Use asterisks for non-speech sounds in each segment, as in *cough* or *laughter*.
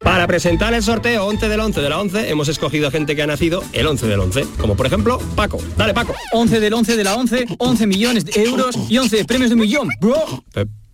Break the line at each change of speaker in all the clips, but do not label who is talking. Para presentar el sorteo 11 del 11 de la 11 hemos escogido a gente que ha nacido el 11 del 11, como por ejemplo Paco. Dale Paco.
11 del 11 de la 11, 11 millones de euros y 11 premios de un millón, bro.
Pe-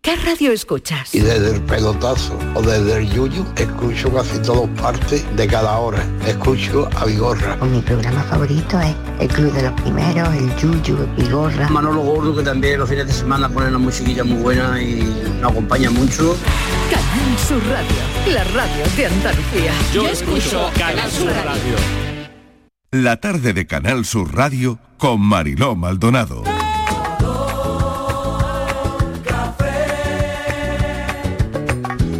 ¿Qué radio escuchas?
Y desde el pelotazo o desde el yuyu, escucho casi todas partes de cada hora. Escucho a Vigorra.
Mi programa favorito es El Club de los Primeros, El Yuyu, Vigorra.
Manolo Gordo, que también los fines de semana pone una musiquilla muy buena y nos acompaña mucho.
Canal Sur Radio, la radio de Andalucía.
Yo escucho Canal Sur Radio.
La tarde de Canal Sur Radio con Mariló Maldonado.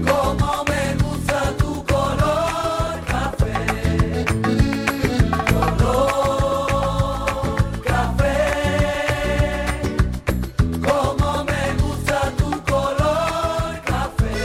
Como me gusta tu color café, color café. Como me gusta tu color café.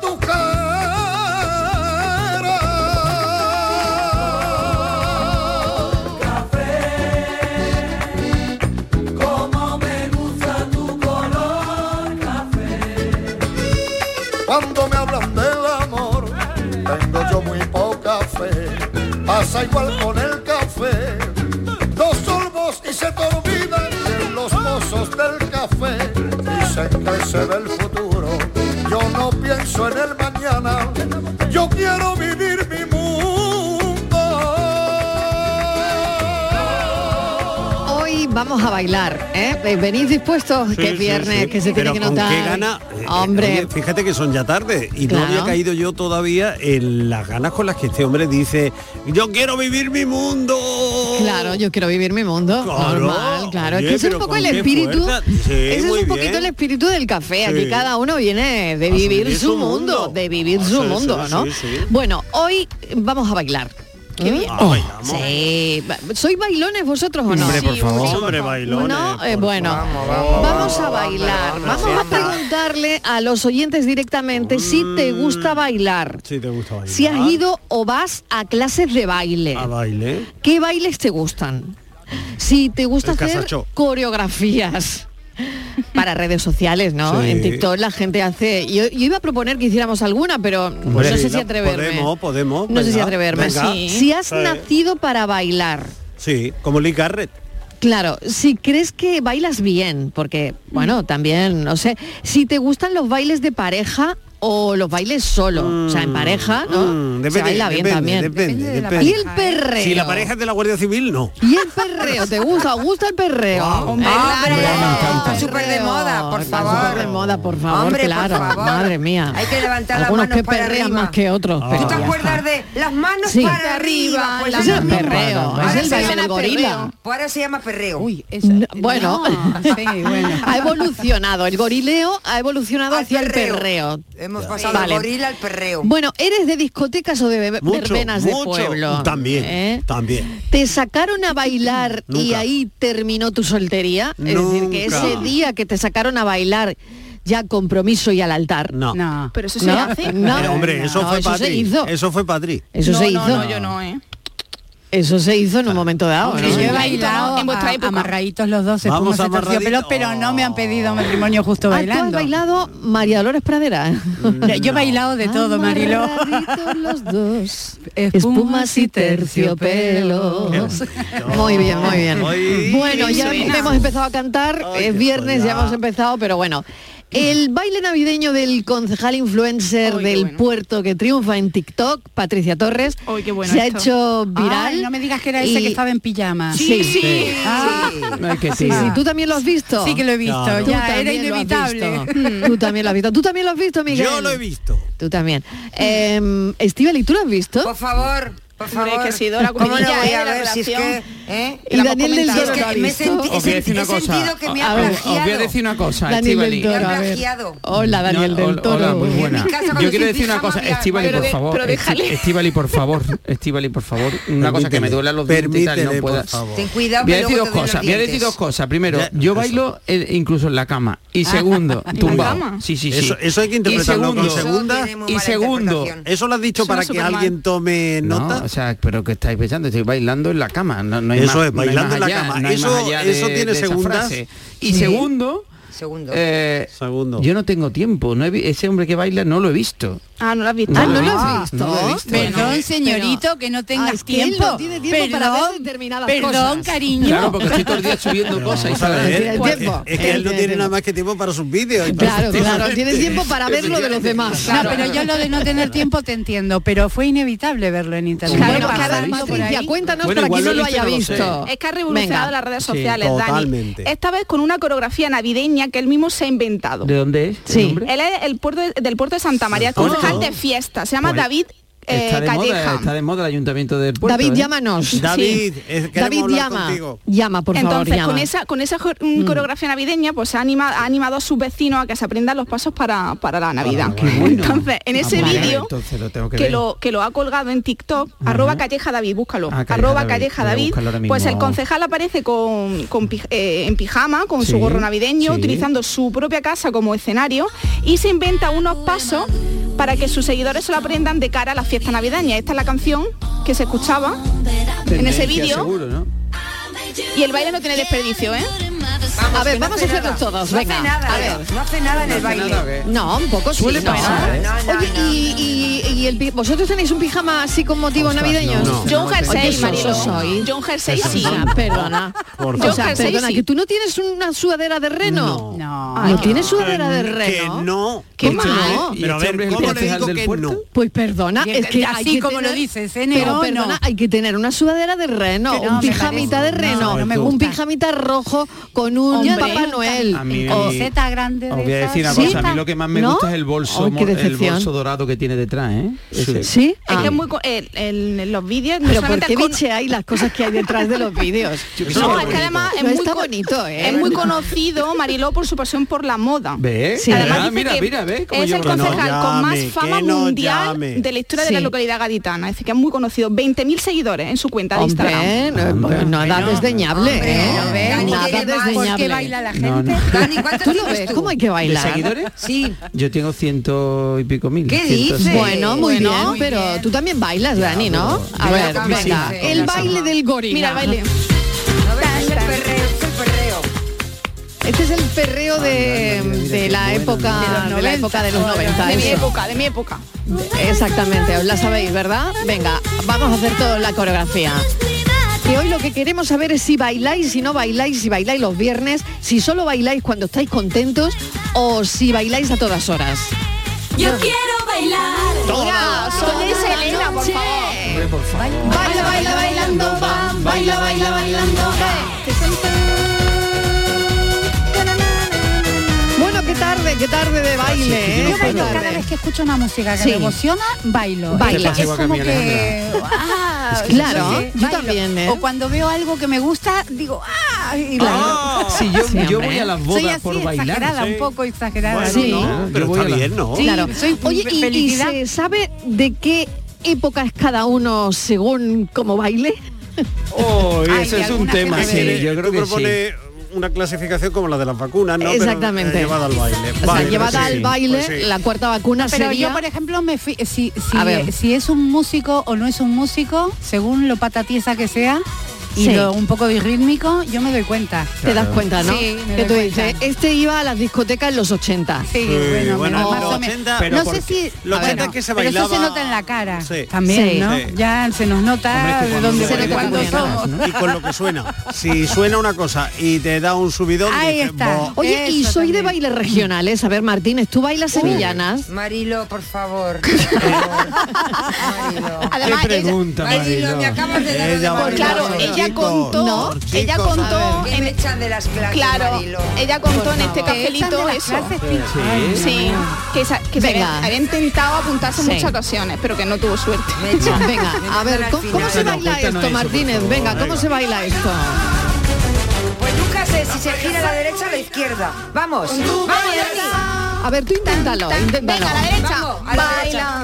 tu cara.
Como me gusta tu color café,
Cuando me hablan del amor, tengo yo muy poca fe. Pasa igual con el café. Dos sorbos y se te olvidan de los mozos del café. Dicen que se ve el futuro. Yo no pienso en el mañana. Yo quiero vivir mi
Hoy vamos a bailar, ¿eh? Eh, ¿Venís dispuestos? que es viernes, que se tiene
Pero
que
con
notar.
qué gana, eh, eh,
Hombre,
oye, fíjate que son ya tarde y
Claro.
no había caído yo todavía en las ganas con las que este hombre dice, yo quiero vivir mi mundo.
claro, yo quiero vivir mi mundo.
Claro.
normal, claro.
Oye,
es que ese es
pero
un poco
con
el
qué
espíritu.
fuerza. Sí,
ese es
muy
un poquito
bien.
el espíritu del café. Aquí
Sí.
cada uno viene de vivir
vivir
su
su
mundo,
mundo.
de vivir su
sí,
mundo,
sí,
¿no?
sí, sí.
Bueno, hoy vamos a bailar. Qué bien.
Ah, bailamos.
Sí. Ba- ¿Sois bailones vosotros o no?
Hombre, por
Sí,
favor.
sí.
Hombre, bailones,
No, eh, bueno, vamos, a bailar. Vamos, a preguntarle a los oyentes directamente si te gusta bailar.
Si Mm. te gusta bailar. Ah,
Si has ido o vas a clases de baile.
A baile.
¿Qué bailes te gustan? Si te gusta
El
hacer
casacho.
coreografías para redes sociales, ¿no?
Sí.
En TikTok la gente hace. Yo, yo iba a proponer que hiciéramos alguna, pero
Hombre,
Pues no sé si
la-
atreverme.
Podemos, podemos.
no sé si
venga,
atreverme.
venga.
Sí. Si has
Sí.
nacido para bailar,
Sí, como Lee Garrett.
claro, si crees que bailas bien, porque,
Mm.
bueno, también, no sé, si te gustan los bailes de pareja o los bailes solo, o sea, en pareja, ¿no?
Mm,
Se baila bien
depende,
también.
Depende, depende.
Y el
¿eh?
perreo.
Si la pareja es de la Guardia Civil, no.
Y el perreo, ¿te gusta? ¿Os gusta el perreo?
Hombre,
Ah,
Claro,
hombre, está
el
súper de
perreo,
moda, por
está
favor.
súper de moda, por favor,
Hombre, por
claro.
favor.
Madre mía.
Hay que levantar las
Algunos
manos
que
para
perrean
arriba.
más que
Ah.
otros. pero
¿Tú te
ya
acuerdas
está.
de las manos
Sí.
para arriba? Pues
Arriba,
es
la-
lo
el
mismo.
perreo, es
Ahora
el
se
baile
llama
del gorila.
perreo. Pues Ahora se llama perreo. Uy,
No, *laughs* bueno, ha evolucionado. El gorileo ha evolucionado
Al
hacia
perreo.
el perreo.
Hemos pasado
Vale.
del gorila al perreo.
Bueno, ¿eres de discotecas o de be-
Mucho,
verbenas de
mucho.
pueblo?
También,
¿Eh?
también.
¿Te sacaron a bailar y
Nunca.
ahí terminó tu soltería? Es decir, que
Nunca.
ese día que te sacaron a bailar ya compromiso y al altar.
No.
Pero eso se
No,
hace.
*laughs* no.
Pero, hombre, eso
No,
fue
eso se
Patri.
hizo.
Eso fue Patri.
Eso
no, no,
se hizo.
no, yo no, ¿eh?
Eso se hizo en un momento dado. ¿no?
Yo he
Sí.
bailado en vuestra época. amarraditos los dos,
Vamos espumosos y amarraditos. torciopelos, pero
no me han pedido matrimonio justo
Ah, ¿Tú has bailado María Dolores Pradera?
Yo he bailado de todo, Marilo.
Amarraditos los dos.
*laughs*
Espumas y terciopelo. Muy bien, muy bien.
Hoy-
Bueno, ya
Suena.
hemos empezado a cantar, es viernes, ya hemos empezado, pero bueno. El baile navideño del concejal influencer del puerto que triunfa en TikTok, Patricia Torres,
bueno
se ha
esto.
hecho viral.
Ay, no me digas que era ese que estaba en pijama.
Sí, sí.
Ah.
Ay, que sí. Sí, sí, tú también lo has visto.
Sí que lo he visto,
Claro.
ya,
Tú
era
también lo has
inevitable. *laughs*
visto. Tú también lo has visto. Tú también lo has visto, Miguel.
Yo lo he visto.
Tú también. Eh, Estivali, ¿tú lo has visto?
Por favor, por
Hombre,
favor.
que sí, Dora
¿Cómo no
Comidilla,
voy
eh,
a
la
ver si es que...
relación.
¿eh?
Y
La
Daniel
hemos
del
comentado.
Toro,
Es que
¿lo ha
me
visto? Ah, oh,
he senti-
Os voy a decir
he
una cosa.
sentido que me ha
A ver, os voy
Os voy a
plagiado.
decir una cosa,
Daniel del
Estivali.
Toro, a ver. Hola, Daniel
No,
del
hol-
Toro.
Hola, muy buena.
En mi casa cuando
Yo quiero
estoy
decir una
en
cosa,
pijama,
Estivali,
pero
por
de-
favor.
pero déjale.
Estivali, por favor. Estivali, por favor. Una cosa que me duele a los dientes y tal, no
Permítele, por
pueda-
favor.
Ten cuidado
Voy a
que
decir
luego
dos
te duelen los
cosas. Voy a decir
dientes.
dos cosas. Primero,
Ya,
yo bailo eh, incluso en la cama. Y
Ah. *laughs*
*laughs* segundo,
¿En la
tumbado.
cama?
Sí, sí, sí.
Eso- eso hay que
Y
interpretarlo con
segundo-
segunda. Eso tiene muy
Y
mala
segundo,
interpretación. Eso lo has dicho Suena para que supermal. alguien
tome nota. o sea, pero que estáis pensando, estoy bailando en la cama. No, no hay
Eso
más-
es,
no hay
bailando
más
en la
allá,
cama.
no hay más
Eso-
allá de-
eso tiene
de esa
segundas.
frase. Y
Sí.
segundo,
Segundo.
eh, yo no tengo tiempo. No he vi- ese hombre que baila no lo he visto.
Ah, no *laughs* lo has
visto. Ah, ¿no lo has visto?
Perdón,
Bueno,
señorito, que no
ah,
tengas
que él
tiempo.
no tiene tiempo para ver determinadas
perdón,
cosas.
cariño.
Claro, porque estoy todo el día subiendo cosas y ¿eh?
Vamos a ver,
sabes.
es, es que él no tiene nada más que tiempo para sus vídeos. y para
Claro,
sus
claro,
cosas. *laughs*
tiene
*laughs*
tiempo para ver lo de los demás.
No, pero yo lo de no tener tiempo te entiendo, pero fue inevitable verlo en internet.
Claro,
Pasando
claro,
por
Patricia,
ahí.
cuéntanos Bueno, para igual quien lo no lo hizo, haya no lo sé. visto.
Es que ha revolucionado
Venga.
las redes
Sí,
sociales,
totalmente.
Dani. Esta vez con una coreografía navideña que él mismo se ha inventado.
¿De dónde es? el hombre?
Él es el puerto de- del puerto de Santa María, es concejal de fiesta. Se llama
Bueno,
David eh,
está de moda,
Calleja.
está de moda el ayuntamiento del puerto.
David,
¿eh?
llámanos.
eh,
eh,
Sí. David, llama. Llama, por
Entonces,
favor, llama.
con esa, con esa jo- mm, coreografía navideña, pues ha animado, ha animado a sus vecinos a que se aprendan los pasos para, para la Navidad. Entonces, en ese
Vamos a ver,
vídeo
Ah, entonces lo tengo que
que,
ver.
lo, que lo ha colgado en TikTok, arroba calleja David, búscalo,
Ah, Calleja
arroba
David,
calleja
voy a
David,
buscarlo ahora
pues el
mismo.
concejal aparece con, con pij- eh, en pijama, con
Sí,
su gorro navideño,
sí.
utilizando su propia casa como escenario y se inventa unos pasos para que sus seguidores se lo aprendan de cara a la fiesta navideña. Esta es la canción que se escuchaba en ese
Tendencia,
vídeo
seguro, ¿no?
y el baile no tiene desperdicio, ¿eh?
a ver,
que no
vamos a
hace
hacerlo
nada.
todos.
No hace
venga,
nada,
a ver.
No hace nada en el baile.
No, un poco sí,
Suele
¿no?
pasar, ¿eh?
Oye, y, y- y el pi- vosotros tenéis un pijama así con motivos navideños.
no, Yo un no jersey,
Oye, soso
Mariló.
soy.
Yo un jersey
Eso
sí.
Ah, Perdona.
Por favor.
o sea,
Yo un
perdona,
jersey
que tú no tienes una sudadera de reno. No. ¿No Ah, tienes sudadera de reno?
Que no.
Qué
Que
mal.
no. Pero a ver,
hombre es el
¿cómo le
concejal
digo
del
que
puerto?
no?
Pues perdona,
Bien,
es que
así
hay que
como lo
tener-
dices, ¿eh?
pero
No,
perdona,
no.
hay que tener una sudadera de reno,
Que no,
un
me
pijamita de
parece-
reno,
no, no me
un
gusta.
pijamita rojo con un
Hombre,
Papá Noel.
A mí-
o-
Coseta grande.
Os voy a decir una
¿Sí?
cosa, a mí lo que más me
¿No?
gusta es el bolso,
Ay, qué
mo- el
decepción.
bolso dorado que tiene detrás, ¿eh? Ese.
Es
Ah.
que es muy co- el- el- los vídeos no
Pero ¿por
solamente
qué
es con-
bicheáis las cosas que hay detrás de los vídeos?
*laughs* Yo qué sé,
No,
qué
es que
bonito.
además es
No
muy
está
co-
bonito, ¿eh?
Es muy conocido Mariló por su pasión por la moda.
¿Ve? Sí.
Además
Ah,
dice
mira,
que
mira, ve cómo
es
yo
el
lo conozco.
concejal
No
con más
llame,
fama
que no
mundial
llame.
de la historia de la
Sí.
localidad gaditana. Es decir, que es muy conocido. 20.000 seguidores en su cuenta de
Hombre,
Instagram.
no, pues nada desdeñable, ¿eh? Nada desdeñable.
la
No, no.
¿Tú lo ves? ¿Cómo hay que bailar?
¿De seguidores?
Sí.
Yo tengo ciento y pico mil.
¿Qué
100,
dices? Bueno, muy
Bueno,
bien, pero tú también bailas, Dani, ¿no?
pero
A
yo
ver,
hago mis
venga,
hijos.
el baile del gorila.
Mira el baile.
Este es el perreo de, de la época de, la época de los 90.
De mi
eso.
época, de mi época.
Exactamente, os la sabéis, ¿verdad? Venga, vamos a hacer toda la coreografía. Que hoy lo que queremos saber es si bailáis, si no bailáis, si bailáis los viernes, si solo bailáis cuando estáis contentos o si bailáis a todas horas.
Yo quiero bailar.
Toda,
soy Selena, por favor.
Baila, baila, bailando, va. Baila, baila, bailando, va.
Bueno, qué tarde, qué tarde de baile. ¿eh?
Yo bailo cada vez que escucho una música que
Sí.
me emociona, bailo.
Baila.
Es como que... ah,
Es que claro,
sí,
yo
bailo.
también, ¿eh?
O cuando veo algo que me gusta, digo, ¡ah! Y bailo.
Ah, sí, yo- Sí, yo hombre. voy
¿eh?
a las
Soy
bodas
así,
por bailar,
exagerada,
sí.
un poco exagerada.
Sí.
no,
pero
yo voy
está
a la-
bien, ¿no?
Sí,
Claro.
soy
Oye, y- y,
felicidad.
se sabe de qué época es cada uno según cómo baile?
Oh,
Ay,
ese
de
es un
alguna
tema,
gente
sí,
que-
yo creo
Tú
que sí.
propones una clasificación como la de las vacunas, ¿no? Pero, eh,
Exactamente.
llevada al baile.
O sea,
Vale,
llevada
pues sí,
al baile,
pues sí.
la cuarta vacuna
Pero
sería...
yo, por ejemplo, me fi- eh, si, si,
A ver.
si es un músico o no es un músico, según lo patatiesa que sea, y
Sí.
lo un poco birrítmico, yo me doy cuenta.
Te das cuenta, ¿no?
Sí, me
que
doy
tú
cuenta.
dices, este iba a las discotecas en los 80.
Sí, bueno, menos más o menos.
pero
no
porque
sé si
lo
a ver,
cuenta
no,
que se
pero eso se
bailaba-
nota en la cara
Sí.
también,
Sí.
¿no?
Sí.
Ya se nos nota
Hombre, que
de
cuando
dónde
se
de
baila
cuándo
también,
somos.
¿no? Y con lo que suena. Si suena una cosa y te da un subidón, dices, "Bo".
Oye, y soy de bailes regionales. A ver, Martínez, ¿tú bailas sevillanas?
Marilo, por favor.
Además,
pregunta, Marilo?
me acabas de dar
Ella
una
baila
Claro, ella contó, ella contó,
¿Qué me echan de las clases,
claro,
Marilo?
ella contó en este
favor. Te echan de
cafelito
las
eso.
clases,
Sí.
Sí, que, esa- que se
Venga.
había, había intentado apuntarse en
Sí.
muchas ocasiones, pero que no tuvo suerte. *laughs*
Venga, a ver, ¿cómo, cómo se baila
cuéntanos
esto,
eso, por
Martínez?
favor,
venga, ¿cómo
venga.
se baila esto?
Pues nunca sé si se gira a la derecha o a la izquierda. Vamos. Vamos, Dani.
A ver, tú inténtalo, inténtalo.
Venga, a la derecha.
Vamos, a la
Ah,
Baila.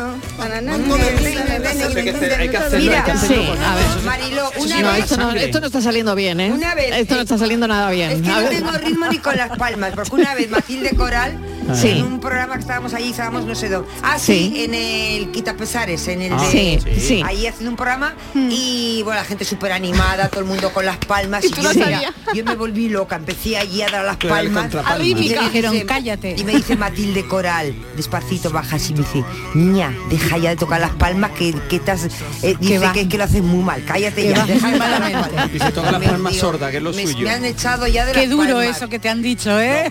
Mira, sí, a ver.
Marilo, una
No,
vez-
esto no, esto no está saliendo bien, ¿eh?
Una vez,
Esto no está saliendo nada bien.
Es que
A
no
ver.
tengo ritmo ni con las palmas, porque una vez Matilde Coral,
Ah. Sí.
en un programa que estábamos allí, estábamos no sé dónde, así
Sí.
en el Quitapesares, en el
Ah,
de,
sí, sí. Mm.
ahí haciendo un programa y bueno, la gente súper animada, todo el mundo con las
*laughs*
palmas y,
tú
yo,
no
mira,
sabías.
yo me volví loca, empecé allí a dar las
Claro,
palmas.
contrapalmas.
Y me
Arrítmica.
dice-
Dijeron,
Y me dice Matilde Coral, despacito bajas y me dice, niña, deja ya de tocar las palmas que, que estás, eh, dice
va.
que, que lo haces muy mal, cállate
Que
ya,
va
deja de
muy
tocar las
malamente.
palmas.
Y se toca la
Me
palma
digo,
sorda, que es lo
me-
suyo.
Me han echado ya de
Qué
las
duro
palmas.
eso que te han dicho, ¿eh?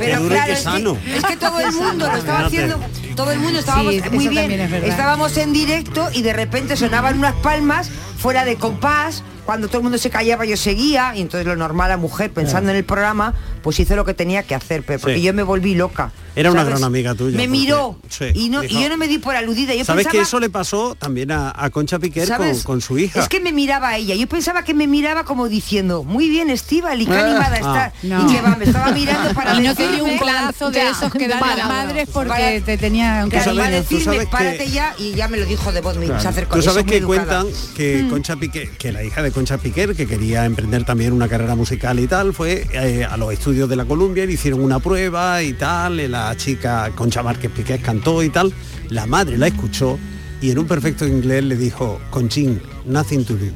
Pero
duro y
claro,
qué
es que-
sano.
Es que, todo el mundo lo estaba haciendo, todo el mundo estábamos
Sí,
muy
eso
bien.
también es verdad.
estábamos en directo y de repente sonaban unas palmas fuera de compás. Cuando todo el mundo se callaba yo seguía y entonces lo normal la mujer pensando en el programa pues hizo lo que tenía que hacer, pero porque
Sí.
yo me volví loca.
Era una gran amiga tuya,
Me
porque-
miró
sí,
y, no,
dijo-
y yo no me di por aludida. Yo
¿Sabes
pensaba,
que eso le pasó también a, a Concha Piquer con,
¿Sabes?
con su hija?
Es que me miraba a ella. Yo pensaba que me miraba como diciendo, muy bien, Estiva, y qué animada
Ah.
está. Y que va, me estaba
*laughs*
mirando para
Y no te dio
decirme-
un plazo de
Ya,
esos que dan
para-
las madres porque
para-
te tenían
Claro,
sabes-
va a
tú
decirme,
sabes que-
párate ya, y ya me lo dijo de voz, me se acercó.
Tú
Eso
sabes
es muy
que
educada.
cuentan que Concha Piquer, que la hija de Concha Piquer, que quería emprender también una carrera musical y tal, fue eh, a los estudios de la Columbia, le hicieron una prueba y tal, y la chica Concha Márquez Piquer cantó y tal, la madre la escuchó y en un perfecto inglés le dijo, Conchín, nothing to do.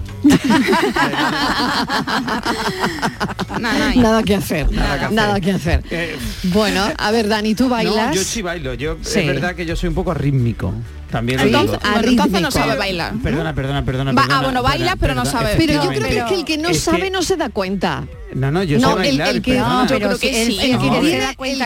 Nada que hacer, nada,
Nada que
que hacer. Bueno, a ver, Dani, ¿tú bailas?
No, yo sí bailo. Yo
Sí.
es verdad que yo soy un poco rítmico. También lo
Entonces,
digo.
bueno, entonces no sabe
bailar.
Perdona, perdona, perdona.
Va- ah,
perdona,
bueno, baila, pero no sabe.
Pero yo creo que es
efectivamente.
que el que no
Es
sabe no se da cuenta.
No, no, yo
no,
sé bailar.
el, el que,
perdona.
yo creo que sí, el que tiene, el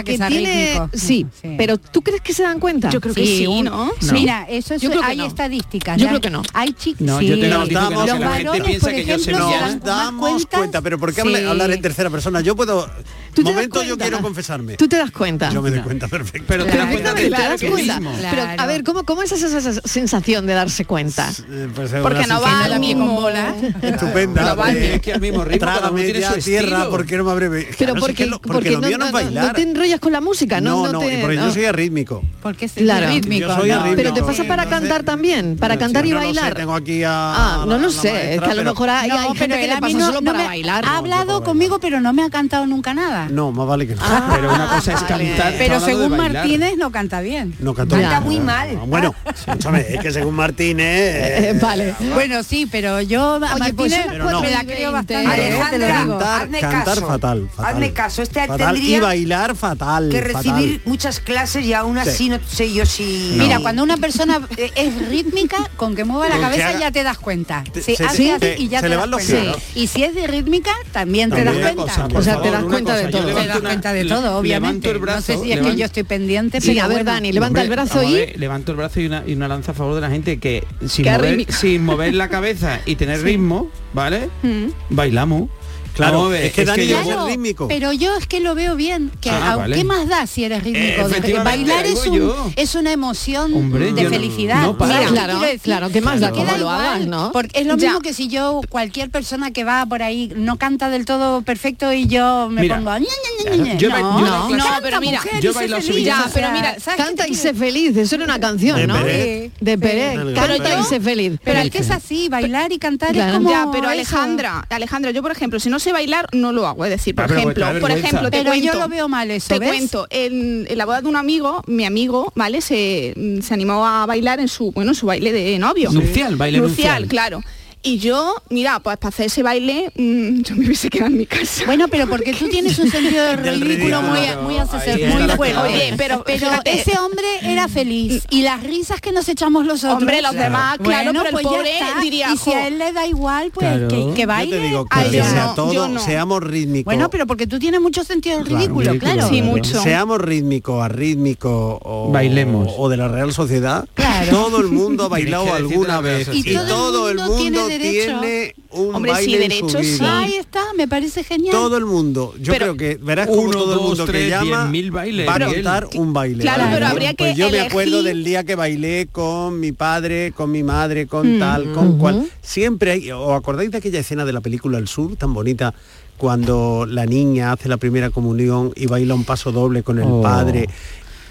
que tiene- sí, pero ¿tú crees que se dan cuenta? Yo creo
que sí, ¿no? Mira, eso es-
Yo creo que
hay
no.
estadísticas.
Yo
ya-
creo que no.
Hay chicas.
No, yo tengo Nos noticia que damos- no, que
los
la gente
varones,
piensa
por
que yo
ejemplo,
soy
se
ya.
dan
Nos damos cuenta, pero ¿por qué habla-
Sí.
hablar en tercera persona? Yo puedo...
¿Tú te das
momento yo
cuenta?
quiero confesarme.
Tú te das cuenta.
Yo me doy cuenta perfecto.
Pero
Claro, te das
que
cuenta.
mismo.
Pero a ver, ¿cómo, cómo es esa, esa- esa sensación de darse cuenta?
Eh, pues es
Porque
una
no va
sensación
al mismo-
Estupenda.
Pero va al-
eh,
es que al mismo ritmo, cada uno
Trágame
tiene
ya
su estilo.
tierra, porque no me abre...
Pero
Claro, sí
porque,
que lo-
porque
lo
no,
mío no
no-
es
no-
bailar.
no te enrollas con la música, ¿no?
No, no,
te-
porque
no.
yo soy arrítmico.
Porque es
Claro.
rítmico.
Yo soy
¿no?
arrítmico.
Pero te pasa para cantar también, para cantar y
no lo sé,
bailar.
tengo aquí a...
Ah, no
a la
lo sé, es
maestra,
que a lo
pero-
mejor hay, hay gente
pero
que
él
le
a
pasa
mí no-
solo
no
para
me-
bailar.
Ha hablado conmigo, pero no me ha cantado nunca nada.
No, más vale que no.
Ah,
Pero una cosa es cantar.
Pero
hablando de
según
bailar.
Martínez no canta bien.
No cantó
Canta
nada.
muy mal.
Bueno, escúchame, es que según Martínez... eh,
vale.
*laughs* Bueno, sí, pero yo a Martínez
pues son las
pero
cuatro
no. me
y
la creo
veinte.
bastante.
Alejandra,
te lo digo.
cantar- hazme
Cantar
caso.
fatal, fatal.
Hazme caso, este
Fatal, y
tendría
bailar fatal.
que recibir
fatal.
muchas clases y aún
Sí.
así no sé yo si...
Mira, cuando una persona eh, es rítmica, con que mueva la
Con que
cabeza
haga-
ya te das cuenta.
Te-
Sí,
se-
hace
sí,
así
te-
y ya
se
te
le
das
van los
cuenta.
fieros.
Sí. Y si es de rítmica, también te das
También una
cuenta.
cosa, por
O sea, te
favor,
das
una
cuenta de
cosa, yo
todo.
te
levanto
das
una-
cuenta de
le-
todo,
levanto
obviamente.
el brazo,
no sé si es que
levanto-
yo estoy pendiente,
Sí,
pero
a ver,
bueno.
Dani, levanta el brazo
vamos a
y-
ver, levanto el brazo y una, y una lanza a favor de la gente que sin
Que
mover,
arrítmica.
sin mover la cabeza y tener
Sí.
ritmo, ¿vale?
¿Mm?
Bailamos.
Claro,
Vamos a ver,
es que Dani
yo-
es
Claro, Pero yo es que lo veo bien. Que,
Ah,
au-
vale.
¿Qué más da si eres rítmico?
efectivamente,
Bailar
ahí
es,
voy
un-
yo.
es una emoción
Hombre,
de
yo no-
felicidad.
no para.
Mira,
Claro,
quiero decir,
claro, ¿qué más da?
me
Cómo
queda
lo
igual,
hagas, ¿no?
Porque es lo
Ya.
mismo que si yo, cualquier persona que va por ahí, no canta del todo perfecto y yo me
Mira,
pongo... "Ña, ña, ña, ña, ña".
yo bailo-
no,
yo
no,
bailo-
no,
canta,
pero mira,
mujer, yo
y sé
bailo
feliz.
sevillana.
O sea,
pero mira, canta y sé feliz, eso era una canción,
De
¿no?
Pérez.
De Pérez,
Sí.
canta
Pero
y
yo-
sé feliz.
Pero es que es así, bailar y cantar es
Claro.
como...
Ya, pero
eso.
Alejandra, Alejandra, yo por ejemplo, si no sé bailar, no lo hago. Es decir, por
Ah, pero pues,
ejemplo,
te da
por
vergüenza.
ejemplo, te
Pero yo
cuento,
lo veo mal eso,
Te
¿ves?
cuento, en, en la boda de un amigo, mi amigo, ¿vale? Se, mm, se animó a bailar en su, bueno, en su baile de novio.
Nupcial, baile nupcial.
claro. Y yo, mira, pues para hacer ese baile, mm, *laughs* yo me hubiese quedado en mi casa.
Bueno, pero porque tú tienes un sentido
*laughs*
del
Del
ridículo muy,
ridículo.
muy, aseser-
Ahí
muy
está la
fuerte.
clave. Oye,
¿Eh?
pero fíjate-
ese hombre era feliz y las risas que nos echamos los otros.
Hombre, los demás, claro,
Bueno,
pero el
pues ya
pobre
está.
diría,
Y si
"Jo".
a él le da igual, pues
Claro.
que, que
Yo
baile.
te digo,
Ay,
que
yo
sea
no,
todo,
yo no.
seamos rítmicos.
Bueno, pero porque tú tienes mucho sentido del
Claro,
ridículo, claro.
Seamos rítmico, arrítmico o
Bailemos.
o de la Real Sociedad. Todo el mundo ha bailado alguna vez y todo el mundo tiene, un
Hombre,
baile
sí,
en su
derecho sí.
vida.
Ahí está, me parece genial.
Todo el mundo, yo creo
Pero-
que verás como
Uno,
todo el
dos,
mundo que
tres,
llama
diez mil bailes,
va a
Miguel.
contar un baile.
Claro,
¿vale?
pero habría
Pues
que
yo me acuerdo
elegir-
del día que bailé con mi padre, con mi madre, con tal, con cual. Siempre hay, ¿os acordáis de aquella escena de la película El Sur tan bonita? Cuando la niña hace la primera comunión y baila un paso doble con el
Oh.
padre.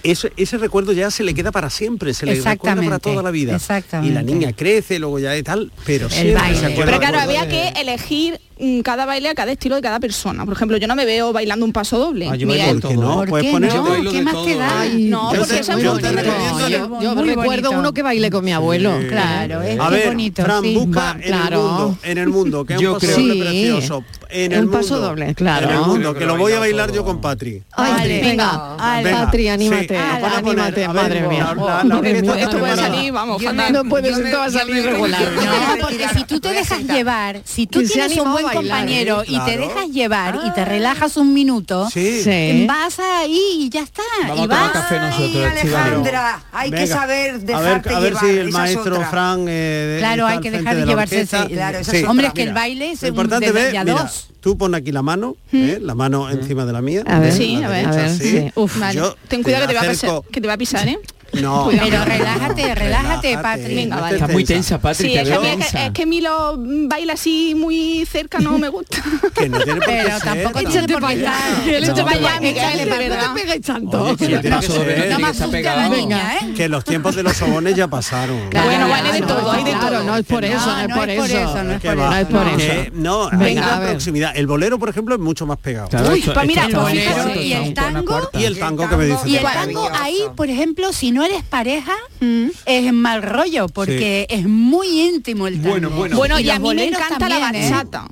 Eso- ese recuerdo ya se le queda para siempre, se le recuerda para
Exactamente,
toda la vida. Y la
exactamente.
niña crece, luego ya y tal, pero
El
siempre
baile.
se acuerda.
Pero claro,
de-
había que elegir mm, cada baile a cada estilo de cada persona. Por ejemplo, yo no me veo bailando un paso doble.
Ah, yo
Miguel.
bailo de todo. ¿Por qué no? ¿Por Puedes qué poner- no? Yo bailo
¿Qué
de
más
todo,
te da?
¿eh?
No,
*laughs*
Yo
porque
te-
eso es
yo
muy
te
bonito.
recomiendo-
Yo, yo recuerdo uno que bailé con mi abuelo. Claro,
A ver, Fran, busca en, el mundo, en el mundo, que es
Yo
un paso
creo-
doble
Sí.
precioso. En
Un
el
paso
mundo.
doble, claro.
En el
Yo creo
mundo,
que
que
lo
lo voy a bailar yo con Patri.
venga, Patri, anímate, anímate, madre mía. Madre mía,
Esto puede salir, vamos, fatal.
No puede ser, esto va a salir regular.
No, porque si tú te dejas llevar, si tú
Que se
tienes
animó
un
a
buen
bailar,
compañero
¿eh?
y te
Claro.
dejas llevar y te relajas un minuto,
Sí.
Sí.
vas ahí y ya está. y vas.
Alejandra, hay que saber dejarte
a ver, a ver
llevar,
si el
esa es
maestro
otra.
Fran... eh,
Claro,
está
hay
al
que
frente
dejar de
la
llevarse
orquesta.
ese- claro, esa es otra. Hombre, es que el baile es
Lo
un
importante
de-
ve,
de a
mira,
dos.
tú pon aquí la mano, ¿eh? la mano encima de la mía.
A ver.
la
Sí, a ver,
derecha,
a ver,
así.
sí. Uf,
Vale.
Yo
Ten cuidado que te, va a
acerco-
pasar, que te va a pisar, ¿eh?
No,
Cuidado.
no, no, no.
relájate,
relájate,
Patri.
no estés
Estás muy tensa, Patri,
Sí,
te
es que, a
veo
mí es, que,
tensa.
es que Milo mm, baila así muy cerca, no me gusta.
Que no tiene por qué
Pero
ser,
tampoco
¿no?
tiene por qué ser.
Échate
No,
para allá,
tampoco.
Miguel,
Échate
de
para
verdad.
allá.
No te pegues tanto.
Oye, que
el
tiene que
paso doble
ser.
tiene que estar pegado.
¿eh?
Que los tiempos de los sobones ya pasaron.
bueno, vale de todo, hay de todo. No es por eso, no es por eso. No es por eso. No es por
Que
eso.
no, hay
Venga, a
una
ver.
proximidad. El bolero, por ejemplo, es mucho más pegado.
Claro, Uy, esto-
pues mira, pues fíjate, y el tango,
Y el tango que me dice.
Y el tango ahí, por ejemplo, si no eres pareja,
Mm.
es mal rollo, porque es muy íntimo el tango.
Bueno, bueno.
Bueno, y
los
a mí me
boleros
encanta la
también, ¿eh?
bachata.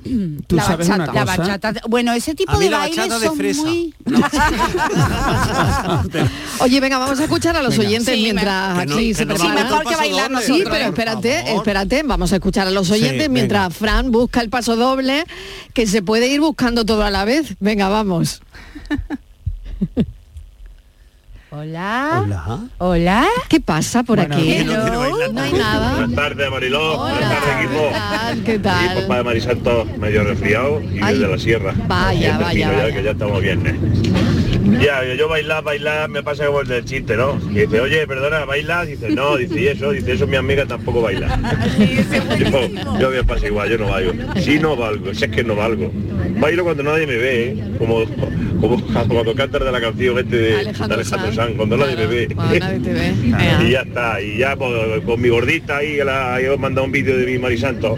Tú
la
sabes
bachata,
una
la
cosa.
bachata. Bueno, ese tipo
A mí
de
la
bailes
bachata de
son
fresa.
muy...
Oye, venga, vamos a escuchar a los oyentes
Sí, me-
mientras
que no-
aquí
que
se
no
preparan.
vamos Sí, mejor al que paso bailar doble,
Sí,
nosotros,
pero
por
espérate,
favor.
espérate, vamos a escuchar a los oyentes
Sí,
mientras Fran busca el paso doble, que se puede ir buscando todo a la vez. Venga, vamos.
Hola.
Hola.
Hola.
¿Qué pasa por aquí?
No hay nada. Buenas tardes, Mariló. Buenas tardes, equipo.
¿Qué
Mi
tal?
papá de Marisanto medio resfriado y
Ay.
desde la sierra.
Vaya,
Y el
vaya,
vecino ya,
vaya.
que ya estamos viernes. Ya, yo, yo bailar, bailar, me pasa como el del chiste, ¿no? Y dice, oye, perdona, ¿bailas? Dice, no, dice, y eso, dice, eso mi amiga tampoco
*laughs*
baila. Yo, yo me pasa igual, yo no bailo. Sí, no valgo, si es que no valgo. Bailo cuando nadie me ve, ¿eh? como, como cuando cantas de la canción este de de Alejandro, Sanz, cuando nadie me ve. *laughs* Y ya está, y ya pues, con mi gordita ahí, que la, yo he mandado un vídeo de mi Marisanto.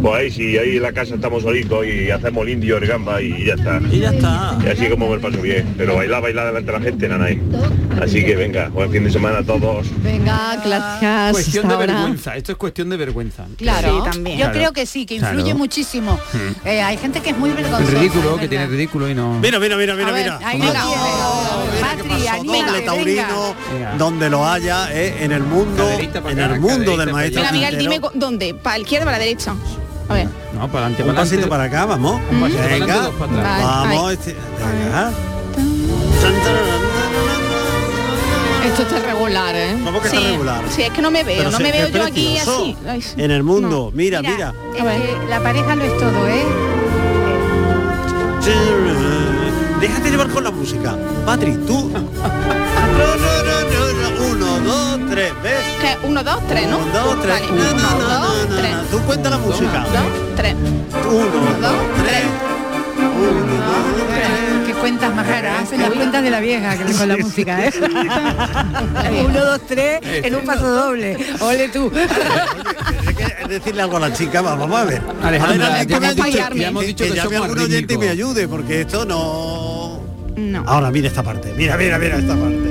Pues ahí sí, ahí en la casa estamos solitos y hacemos el indio, el gamba y ya está. Y
ya está.
Y así como me lo paso bien. Pero bailar, bailar delante de la gente, nada ahí. Así que venga, buen fin de semana a todos.
Venga, gracias.
Cuestión de
Ah, hasta ahora.
vergüenza, esto es cuestión de vergüenza.
Claro, yo
Claro.
creo que sí, que influye
Claro.
muchísimo.
Hmm.
Eh, hay gente que es muy
El
vergonzosa.
ridículo, que tiene ridículo y no.
Mira, mira, mira, mira,
A ver,
mira.
ahí lo tienes. Patri, anímate,
Doble
venga.
taurino, donde lo haya, eh, en el mundo, en el mundo del maestro.
Mira, Miguel,
Quintero.
dime cu- dónde, para la izquierda o para la derecha. A ver.
No, para adelante,
Un
para adelante.
pasito para acá, vamos.
Un pasito para
Venga.
adelante, dos para atrás.
Vamos,
Ay.
este- venga.
Esto está regular, ¿eh?
¿Cómo que
sí,
está regular?
Sí, es que no me veo,
Pero
no
sí,
me veo
es
yo aquí
precioso.
así. Ay, sí.
En el mundo, mira, mira.
Mira,
eh,
es que la pareja lo es todo, ¿eh?
Déjate llevar con la música. Patri, tú. *laughs* No, no, no, no, no. Uno, dos, tres, ¿ves?
Que uno, dos, tres, ¿no?
¿Eh? Uno, dos, tres.
Vale,
No, no,
uno,
no, no,
dos,
no, no.
tres.
Tú cuenta la música.
Dos, tres.
Uno, dos, tres.
Qué cuentas más raras,
Este,
hacen las cuentas de la vieja que con la
*laughs*
música, ¿eh? Uno, dos, tres,
Este,
en un paso doble. Ole tú.
Es decirle algo a la chica, va- vamos a ver.
Alejandra,
a
ya
ver, que me
hemos
ha
dicho-
dicho-
ya hemos dicho que
llame
somos
algún oyente y me
rítmicos.
ayude, porque esto no.
No.
Ahora mira esta parte. Mira, mira, mira esta parte.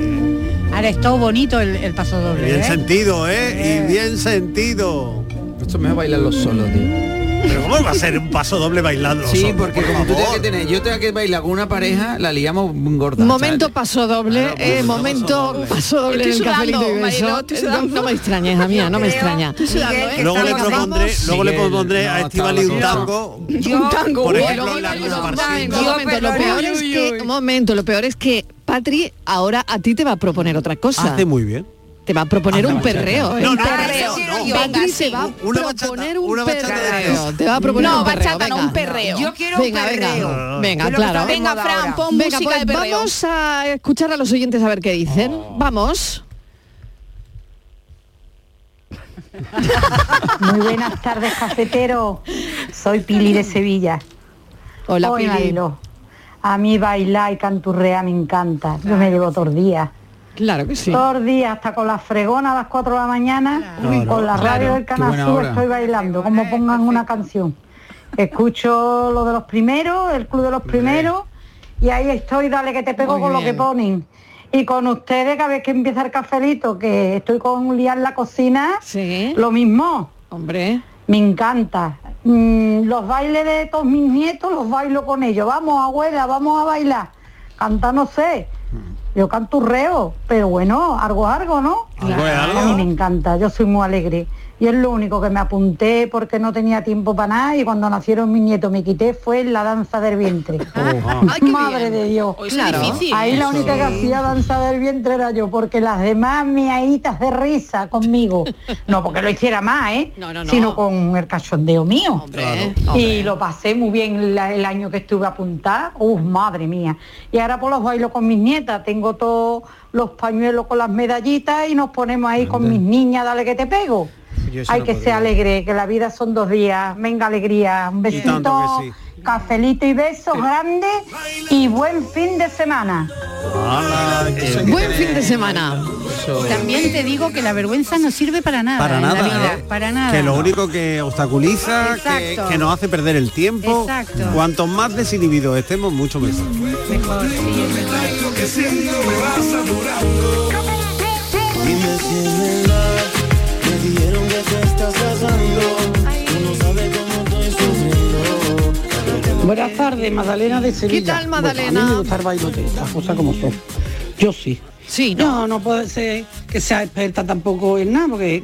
Ahora es todo bonito el, el paso doble.
Bien
¿eh?
sentido, ¿eh? Y bien sentido.
Esto es mejor bailarlo solo, tío.
Pero ¿cómo va a ser un paso doble bailando?
Sí,
solo?
porque
Por
como tú tienes
favor.
que tener, yo tengo que bailar con una pareja, la liamos gorda.
Momento paso doble, eh, momento paso doble
Estoy
del
sudando,
cafelito y beso.
Mariló, estoy
Eh, no- No me extrañes, a mí, no me extraña.
¿eh?
Luego le propondré, luego le
Miguel,
propondré
no,
a
estaba
Estivali un
loco.
tango.
Un tango,
por
uy,
ejemplo,
luego
en la
le-
misma
un
barcita.
tango. Un momento, lo peor es que, un momento, lo peor es que Patri ahora a ti te va a proponer otra cosa.
Hace muy bien.
Te va a proponer un perreo.
No,
un
no,
perreo.
no, no.
Patri
Venga,
se
sí,
va a
una
proponer un
una bachata de
perreo.
Dios.
Te va a proponer
No,
un perreo.
bachata no,
venga.
un perreo. Yo quiero un
Venga, venga.
perreo.
Venga,
Es lo que
claro.
está de Venga, moda Fran, ahora. pon
Venga,
música de
pues
perreo.
Vamos a escuchar a los oyentes a ver qué dicen. Vamos.
Muy buenas tardes, cafetero. Soy Pili de Sevilla.
Hola,
Hoy
Pili.
bailo. A mí bailar y canturrear me encanta. Yo me llevo todos días.
Claro que sí.
Todos días, hasta con la fregona a las 4 de la mañana,
Claro,
con la radio
claro.
del
Qué
Canal
buena
Sur
hora.
estoy bailando, como pongan una canción. Escucho lo de los primeros, el club de los primeros, y ahí estoy, dale que te pego
Muy
con lo
bien.
que ponen. Y con ustedes, cada vez que empieza el cafelito, que estoy con liar la cocina, lo mismo.
Hombre.
Me encanta. Mm, los bailes de todos mis nietos los bailo con ellos. Vamos, abuela, vamos a bailar. Canta no sé. Yo canturreo, pero bueno, algo es algo, ¿no?
Algo es algo.
A mí me encanta, yo soy muy alegre. Y es lo único que me apunté porque no tenía tiempo para nada y cuando nacieron mis nietos me quité fue la danza del
*laughs*
vientre.
Oh,
Madre de Dios.
Hoy es Claro. difícil.
Ahí la
Eso.
única que hacía danza del vientre era yo, porque las demás miaitas de risa conmigo. No porque lo hiciera más, ¿eh? Sino con el cachondeo mío. Y lo pasé muy bien la- el año que estuve apuntada. ¡Uf, madre mía! Y ahora por los bailo con mis nietas. Tengo todos los pañuelos con las medallitas y nos ponemos ahí con mis niñas, dale que te pego.
Yo eso
Hay
no
que ser
podría.
alegre, que la vida son dos días. Venga, alegría. Un besito,
tanto que
cafelito y besos grandes y buen fin de semana.
Ah,
Buen fin de semana.
También te digo que la vergüenza no sirve para nada.
Para
en la
nada,
vida,
¿eh?
para nada.
Que lo único que obstaculiza, que,
Exacto.
que nos hace perder el tiempo.
Exacto.
Cuanto más desinhibidos estemos, mucho mejor.
Dime si es verdad, me dijeron que te estás casando. Uno sabe cómo estoy sufriendo.
Buenas tardes, Magdalena de Sevilla.
Eh, ¿Qué tal, Magdalena?
Bueno, a mí me gusta el bailote, las cosas como son. Yo sí.
Sí.
No, no puede ser que sea experta tampoco en nada, porque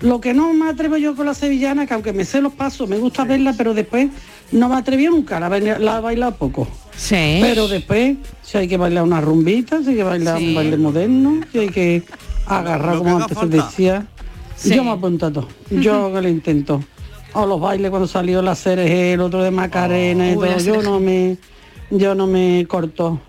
lo que no me atrevo yo con la sevillana, que aunque me sé los pasos, me gusta verla, pero después no me atreví nunca, la, baila- la he bailado poco.
Sí.
Pero después, si hay que bailar una rumbita, si hay que bailar un baile moderno, si hay que agarrar, como antes se decía, yo me apunto a todo. Yo que lo intento. O los bailes cuando salió la CRG, el otro de Macarena y
Uy, la
todo. Yo
CRG.
no me, yo no me corto.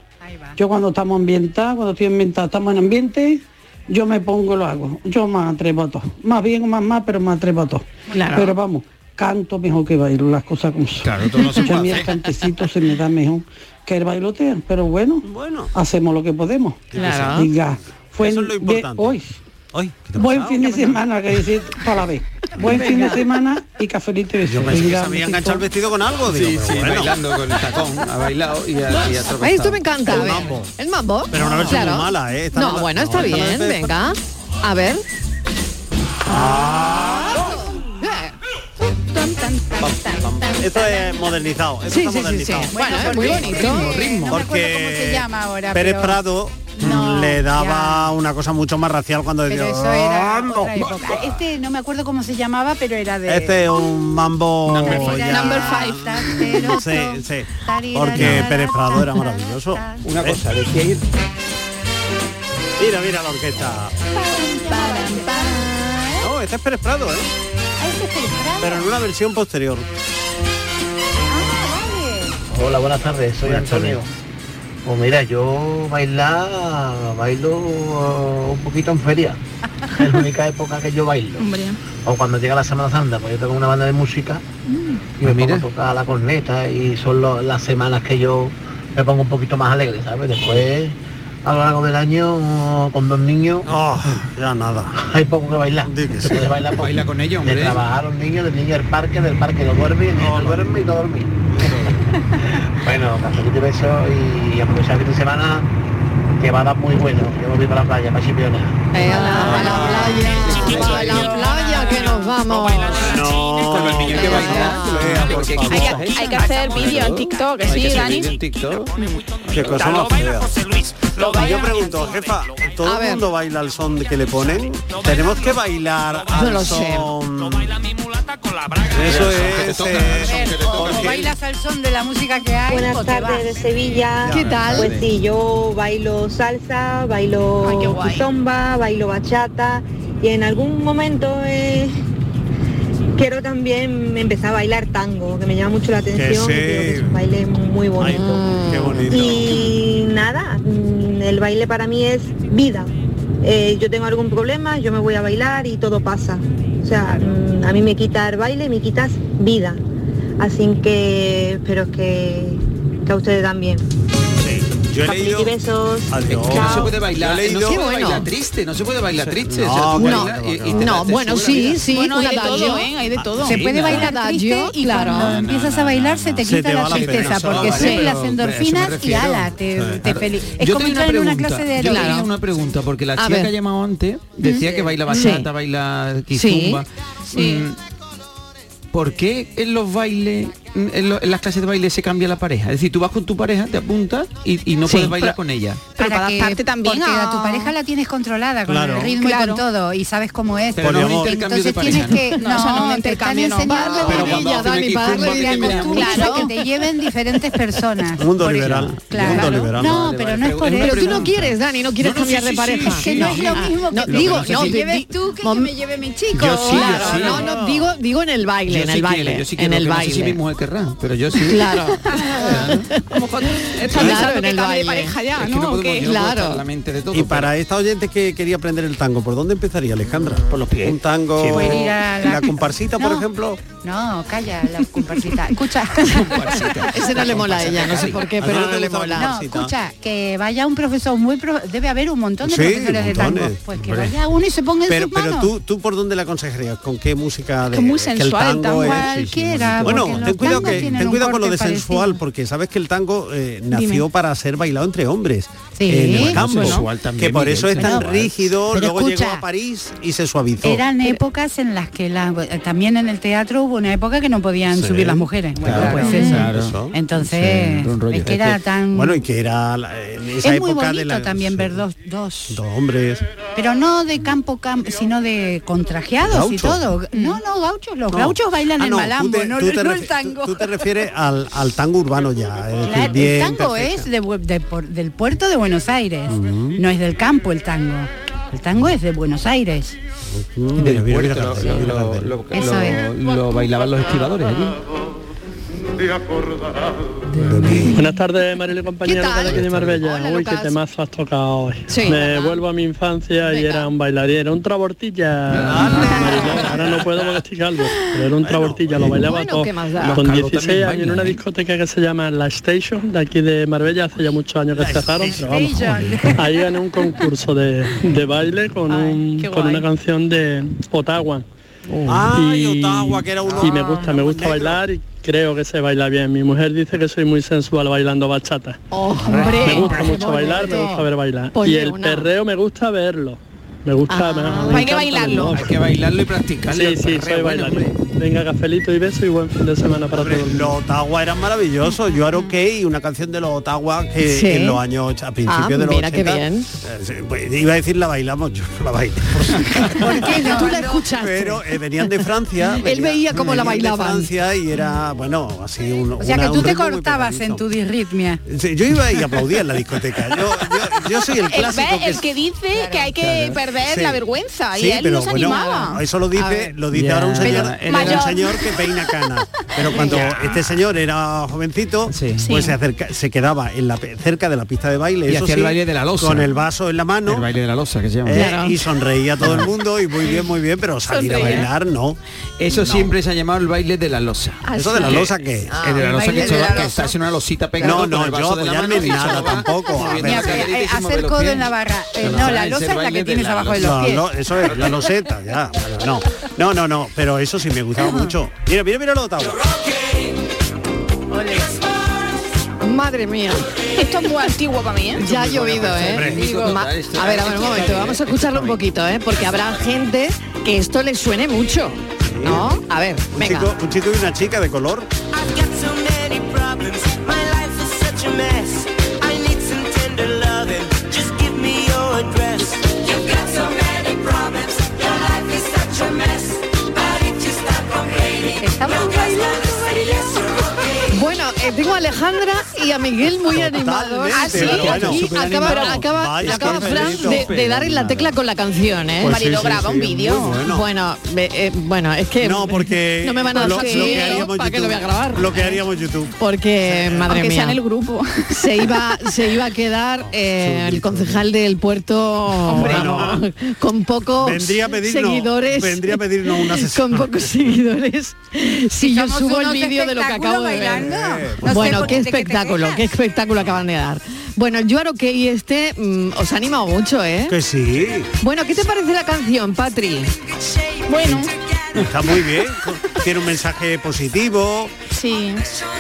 Yo cuando estamos ambientados, cuando estoy ambientada, estamos en ambiente, yo me pongo y lo hago. Yo me atrevo a todo. Más bien o más más, pero me atrevo a todo.
Claro.
Pero vamos, canto mejor que bailo, las cosas como son. Claro,
todo no se puede
el cantecito se me da mejor que el bailoteo, pero bueno, hacemos lo que podemos.
Claro.
Venga, fue
Eso es lo
de
importante.
hoy.
Ay, ¿qué te ha
Buen
pasado?
fin de semana, que decir toda la vez. Buen fin de semana y cafelito y besos.
Yo pensé que se
Venga,
había
besito.
enganchado el vestido con algo. Digo,
Sí,
pero
sí,
bueno.
bailando con el tacón, ha bailado y ha, y ha tropezado.
Ay, esto me encanta.
El
a ver.
mambo.
El mambo.
Pero una versión
Claro.
muy mala, ¿eh? Esta
no,
no la-
bueno,
no,
está
esta no la
bien,
sé.
venga. A ver.
Esto es modernizado. Esto
Sí,
está
sí, sí,
modernizado.
sí. Bueno, Bueno, es muy ritmo, bonito. ritmo, ritmo.
No me acuerdo cómo se llama ahora,
Pérez
pero-
Prado mm, le daba una cosa mucho más racial cuando
Pero
decía,
eso era
"Rambo".
otra época. Este no me acuerdo cómo se llamaba, pero era de...
Este es un mambo ya-
five.
Sí, sí. Porque Pérez Prado era maravilloso. Una cosa, decía ir. Mira, mira la orquesta. No, este es Pérez Prado, ¿eh? Pero en una versión posterior.
Hola, buenas tardes, soy Antonio. Pues mira, yo bailar, bailo eh, un poquito en feria. es la única época que yo bailo. O cuando llega la Semana Santa, pues yo tengo una banda de música y
Pues
me pongo a tocar la corneta y son lo- las semanas que yo me pongo un poquito más alegre, ¿sabes? Después, a lo largo del año, con dos niños...
ya nada.
Hay poco que bailar. Se puede bailar pues, poco.
Baila con ellos,
De
hombre.
trabajar a los niños, del niño al parque, del parque lo duerme, no, duerme y no dormir. bueno, café que te beso y aprovechar el fin de semana que va a dar muy bueno. Yo me voy para la playa, para Chipiona.
A la playa que nos vamos.
Hay que, hay que hacer vídeo en TikTok,
Hay que
¿sí,
hacer
Dani?
vídeo en TikTok. Qué cosa más fea. Y yo pregunto, jefa,
A
¿todo el
ver.
mundo baila al son que le ponen? ¿Tenemos que bailar al
No lo sé.
son? Eso es... eh,
Como bailas al son de la música que hay.
Buenas tardes de Sevilla.
¿Qué tal?
Pues sí, yo bailo salsa, bailo zomba, bailo bachata y en algún momento eh, quiero también empezar a bailar tango, que me llama mucho la atención.
sí.
y creo que es un baile muy bonito.
qué bonito.
Y nada, mm, el baile para mí es vida. Eh, yo tengo algún problema, yo me voy a bailar y todo pasa. O sea, mm, a mí me quita el baile, me quitas vida. Así que espero que, que a ustedes también.
Yo he
Capric
leído... Ah,
y besos.
Adiós.
Es que
No se puede bailar, no
Yo he
se
leído-
puede
Qué
bailar
bueno.
triste, no se puede bailar triste.
No,
o sea, tú
bueno,
bailas y- y te
No,
haces
bueno,
una
sí,
vida.
sí,
Bueno,
un
hay de todo,
adagio.
¿eh? Hay de todo.
Se
Sí,
puede
no,
bailar
no,
adagio,
triste y
claro.
cuando-
Empiezas a bailar, se te
Se
quita
te
la
va la
tristeza,
pena,
porque
vale,
suben
pero-
las
pero eso
endorfinas
me
y
refiero.
ala, te, te feliz. Es
Yo tenía
como
una
entrar en una
pregunta,
clase de
yo tenía
aeróbica.
una pregunta, porque la
A
chica
ver.
que ha llamado antes decía que baila
Sí.
bachata, baila quizumba. Mm, ¿Por qué en los bailes, mm, en, lo- en las clases de baile se cambia la pareja? Es decir, tú vas con tu pareja, te apuntas y, y no
Sí,
puedes bailar
pero-
con ella.
Pero para
que-
adaptarte también
porque
a-
a tu pareja la tienes controlada con
Claro.
el ritmo y
Claro.
con todo y sabes cómo es
Pero no es un Poliamor. intercambio de
entonces tienes
pareja,
que
¿no? No, eso no es un
no, te están
intercambio, no.
enseñando
Pero cuando
la
hacen equipo, hacen equipo.
acostumbras
Claro.
a que te lleven diferentes personas
Mundo
Por eso-
liberal,
claro.
mundo liberal.
no pero no es por
Pero tú
eso
no quieres, Dani, no quieres
No, no,
cambiar
sí,
de
sí,
pareja.
sí, Que sí, no es sí. lo mismo que-
No,
Lo que
digo,
no sé
no,
si-
di-
lleves tú que que me lleve mi chico. Yo sí, yo
Claro,
sí.
no, no, digo, digo en el baile,
Yo
en
sí
el
quiero,
baile,
yo sí
en
quiero,
el
que No sé si mi
baile.
mujer querrá, pero yo sí.
Claro.
Está
Claro,
pensando
en
que
el
cambie de
baile.
pareja ya,
Es que
¿no?
no
¿O qué?
Mm,
y para esta oyente que quería aprender el tango, ¿por dónde empezaría, Alejandra? Por los pies. Un tango,
Sí. Puede ir a
la...
la-
comparsita, por
No.
ejemplo.
no calla la comparsita
*laughs*
escucha
Ese no le mola a ella, no sé por qué, pero no le
No,
mola.
escucha, que vaya un profesor muy... pro- Debe haber un montón de
Sí,
profesores de tango.
montones,
Pues que
hombre.
vaya uno y se ponga en
Pero,
sus
pero
manos.
tú, tú por dónde la aconsejarías, con qué música de
que es muy
que el
sensual, el tango
es-
cualquiera. porque
Bueno,
los
ten cuidado,
tangos
que,
tienen
ten
un
cuidado con lo de
corte
sensual,
parecido.
porque sabes que el tango eh, nació para ser bailado entre hombres
Sí.
en el
Bueno,
campo,
sensual también,
que por eso
Miguel,
es tan
sensual.
rígido,
Pero
luego llegó
escucha,
a París y se suavizó.
Eran épocas en las que la- también en el teatro hubo una época que no podían
Sí.
subir las mujeres. Bueno,
Claro,
pues
claro,
eso.
claro.
Entonces,
Sí, un rollo.
es que era
que-
tan...
Bueno, y que era la- en
es
esa
muy
época
bonito
de la-
también ver dos, dos,
dos hombres.
pero no de campo, campo sino de contrajeados y
Gauchos.
todo. No, no, gauchos, los
No.
gauchos bailan
Ah,
el
no, tú
malambo,
te-
no,
tú te
no
refi-
el tango.
Tú te refieres al, al tango urbano ya. es decir,
Claro, el
bien
tango
perfecto.
es de bu- de por- del puerto de Buenos Aires, no es del campo el tango. El tango es de Buenos Aires.
Mm, mira, mira, mira,
Lo-
Gardel, mira,
lo-
Gardel.
lo- lo-
Eso es.
Lo bailaban los esquivadores allí.
Buenas tardes, Marilo y compañero
¿Qué tal?
de aquí de Marbella.
Hola,
Uy, qué
Lucas.
temazo has tocado hoy.
Sí.
Me vuelvo a mi infancia y era un bailarín, era un trabortilla. Mariló, ahora no puedo porque estoy calvo, pero era un trabortilla, lo bailaba
Bueno,
todo.
¿qué más da?
Con
eh, Los calvos
16
también ¿eh?
años en una discoteca que se llama La Station, de aquí de Marbella, hace ya muchos años que cerraron, pero vamos. Station. Ahí gané un concurso de, de baile con, un- qué con guay. una canción de Ottawa.
Ay,
Y-
Ottawa, que era uno-
Y me gusta, me gusta bailar y creo que se baila bien. Mi mujer dice que soy muy sensual bailando bachata.
hombre,
me gusta
qué
mucho bailar, me
bonito.
gusta ver bailar.
Ponle
y el
Pues una. Ah,
perreo me gusta verlo. Me gusta, me-
Hay
me
que
encanta
bailarlo.
verlo.
Hay que bailarlo y practicarlo,
Sí,
el
sí,
perreo,
soy
bueno,
bailarín. Venga, cafelito y beso y buen fin de semana para todos.
Los Ottawa eran maravillosos. Yo era ok y una canción de los Ottawa que
Sí.
en los años och- a principios
Ah,
de los
mira qué
80,
bien.
eh, sí, pues, iba a decir la bailamos, yo no la bailé.
¿Por qué no? Tú la escuchaste.
Pero eh, venían de
*laughs*
Francia.
Él
venían-
veía cómo la
venían de
bailaban.
Francia y era, bueno, así un
O sea
una-
que
un
tú te
ritmo muy
cortabas en tu disritmia.
pegadizo. Sí, Yo iba y aplaudía en la discoteca. Yo, yo- yo
*laughs*
soy el
El,
clásico
ve-
que
Eh, el que dice que hay que
Claro.
perder
Sí.
la vergüza
Sí,
y él
pero
nos
bueno,
animaba.
eso lo
A
dice,
ver.
lo dice ahora un
Ya.
señor,
Pero
era un
mayor.
señor que peina canas. Pero cuando
Ya.
este señor era jovencito, pues se acerca, se quedaba en la pe- cerca de la pista de baile,
Y
eso
hacía
sí,
el baile de la losa.
con el vaso en la mano.
El baile de la losa, que se llama.
eh, Y sonreía a todo el mundo y muy bien, muy bien, pero salir a
Sonreía.
bailar no.
Eso siempre se ha llamado el baile de la losa.
Ah, ¿Eso de la sí. losa qué es?
el de
Ah,
la
el
losa
baile
que,
de la
está
losa.
hace una losita pegada.
No, no, yo apoyarme en nada tampoco. A ver, a ver,
Eh, hacer codo en la barra. Eh,
Pero
no,
no,
la
ese
losa es la
baile
que
de
tienes
la
abajo de
losa.
los pies.
No, no, eso es, la loseta, ya. bueno, no. No, no, no, pero eso sí me gustaba mucho. Mira, mira, mira lo Ottawa.
Madre mía.
Esto es muy antiguo para mí, ¿eh?
Ya ha llovido, ¿eh? Digo, ma- a ver, a ver, un momento, vamos a escucharlo un poquito, ¿eh? Porque habrá gente que esto le suene mucho, ¿no? A ver,
Un
venga.
chico, un chico y una chica de color.
I've got so many problems. My life is such a mess. I need some tender loving. Just give me your address. You've got so many problems. Your life is such a mess. But if you stop complaining,
Estamos
you guys gonna say yes, you're okay.
Bueno, eh, tengo a Alejandra y a Miguel muy animados.
Ah, sí,
Aquí
bueno,
acaba,
superanimados.
acaba-
Vaya,
acaba
qué
Fran
mérito.
de, de dar en la tecla con la canción, ¿eh?
Pues sí, Marilo, sí, graba sí, un vídeo. muy
Bueno,
bueno.
eh, eh, bueno, es que
No, porque
*laughs* no me van a
lo-
dejar
lo
subir,
que haríamos
¿para qué lo voy a
YouTube.
grabar?
Lo que haríamos YouTube.
Porque, madre
Aunque
mía.
sea en el grupo.
*laughs* Se iba, se iba a quedar eh, el concejal del puerto vamos, con pocos
Vendría a pedirnos-
seguidores.
vendría a pedirnos una sesión.
Con pocos seguidores. Si yo
somos
subo el
unos
vídeo de lo que
espectáculos
acabo de ver.
bailando. Eh,
pues
por
bueno,
favor.
qué
¿De qué te
espectáculo,
quejas?
qué espectáculo acaban de dar. Bueno, el Yuaro que y este mm, os ha animado mucho, ¿eh?
Que sí.
Bueno, ¿qué te parece la canción, Patri?
Bueno,
Está muy bien. Tiene un mensaje positivo.
sí.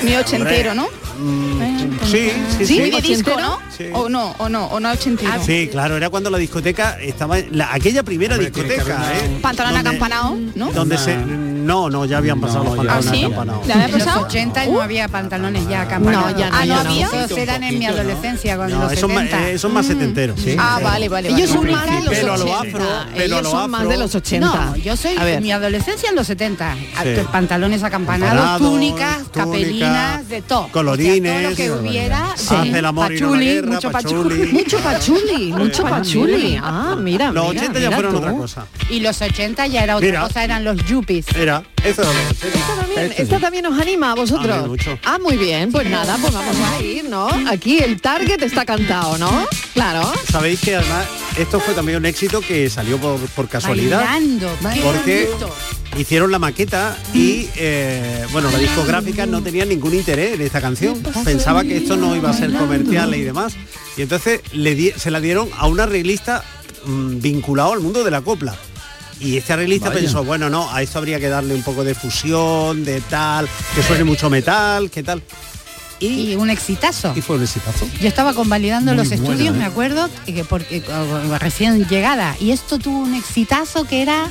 Mi ochentero, ¿no? Eh, pues
Mm, sí, sí, sí.
Muy de disco, ¿no?
Sí. Ah,
O no, o no, o no ochentero.
Ah,
Sí, claro, era cuando la discoteca estaba, la- aquella primera
tiene que
discoteca,
haber
¿eh?
un- Pantalón
Donde-
acampanado, ¿no?
Donde se, no, no, ya habían pasado los pantalones
¿Ah, ¿sí?
acampanados.
¿Le había pasado? 80 y no había pantalones ya acampanados.
No, ya no,
Ah,
ya
no
no.
había.
Un
Esos eran en mi adolescencia cuando
No,
los
eso es más,
70.
eh, eso es más setentero.
Ah, vale, vale, vale.
Ellos son más de los
Pelo a lo
80.
afro, pelo a
Ellos
lo
son más
afro.
de los 80.
No, yo soy
A ver.
mi adolescencia en los 70.
Sí.
Pantalones acampanados,
Acampanados,
túnicas,
túnicas,
capelinas, de todo.
colorines,
O sea, todo lo que hubiera.
Sí. Hace el amor y no la guerra,
mucho
pachuli.
pachuli. Mucho pachuli, mucho
Ah,
pachuli.
mira.
Ah, mira,
Los
mira,
80 ya
mira
fueron
tú.
otra cosa.
Y los 80 ya era otra
Mira. Eh,
cosa, eran los yuppies.
Era, eso era lo que-
También,
Este
esta
sí.
también nos anima a
A
vosotros.
mí mucho.
Ah, muy bien, pues nada, pues vamos a ir, ¿no? Aquí el target está cantado, ¿no? Claro.
Sabéis que además esto fue también un éxito que salió por, por casualidad.
Bailando,
Porque
bailando.
hicieron la maqueta y eh, bueno, la discográfica no tenía ningún interés en esta canción. Pensaba que esto no iba a ser comercial y demás. Y entonces le di- se la dieron a un arreglista mm, vinculado al mundo de la copla. Y este arreglista
Vaya.
pensó, bueno, no, a esto habría que darle un poco de fusión, de tal, que suene mucho metal, que tal.
Y un exitazo.
Y fue un exitazo.
Yo estaba convalidando
Muy
los
buena,
estudios,
¿eh?
me acuerdo, y que porque o- o recién llegada. Y esto tuvo un exitazo que era.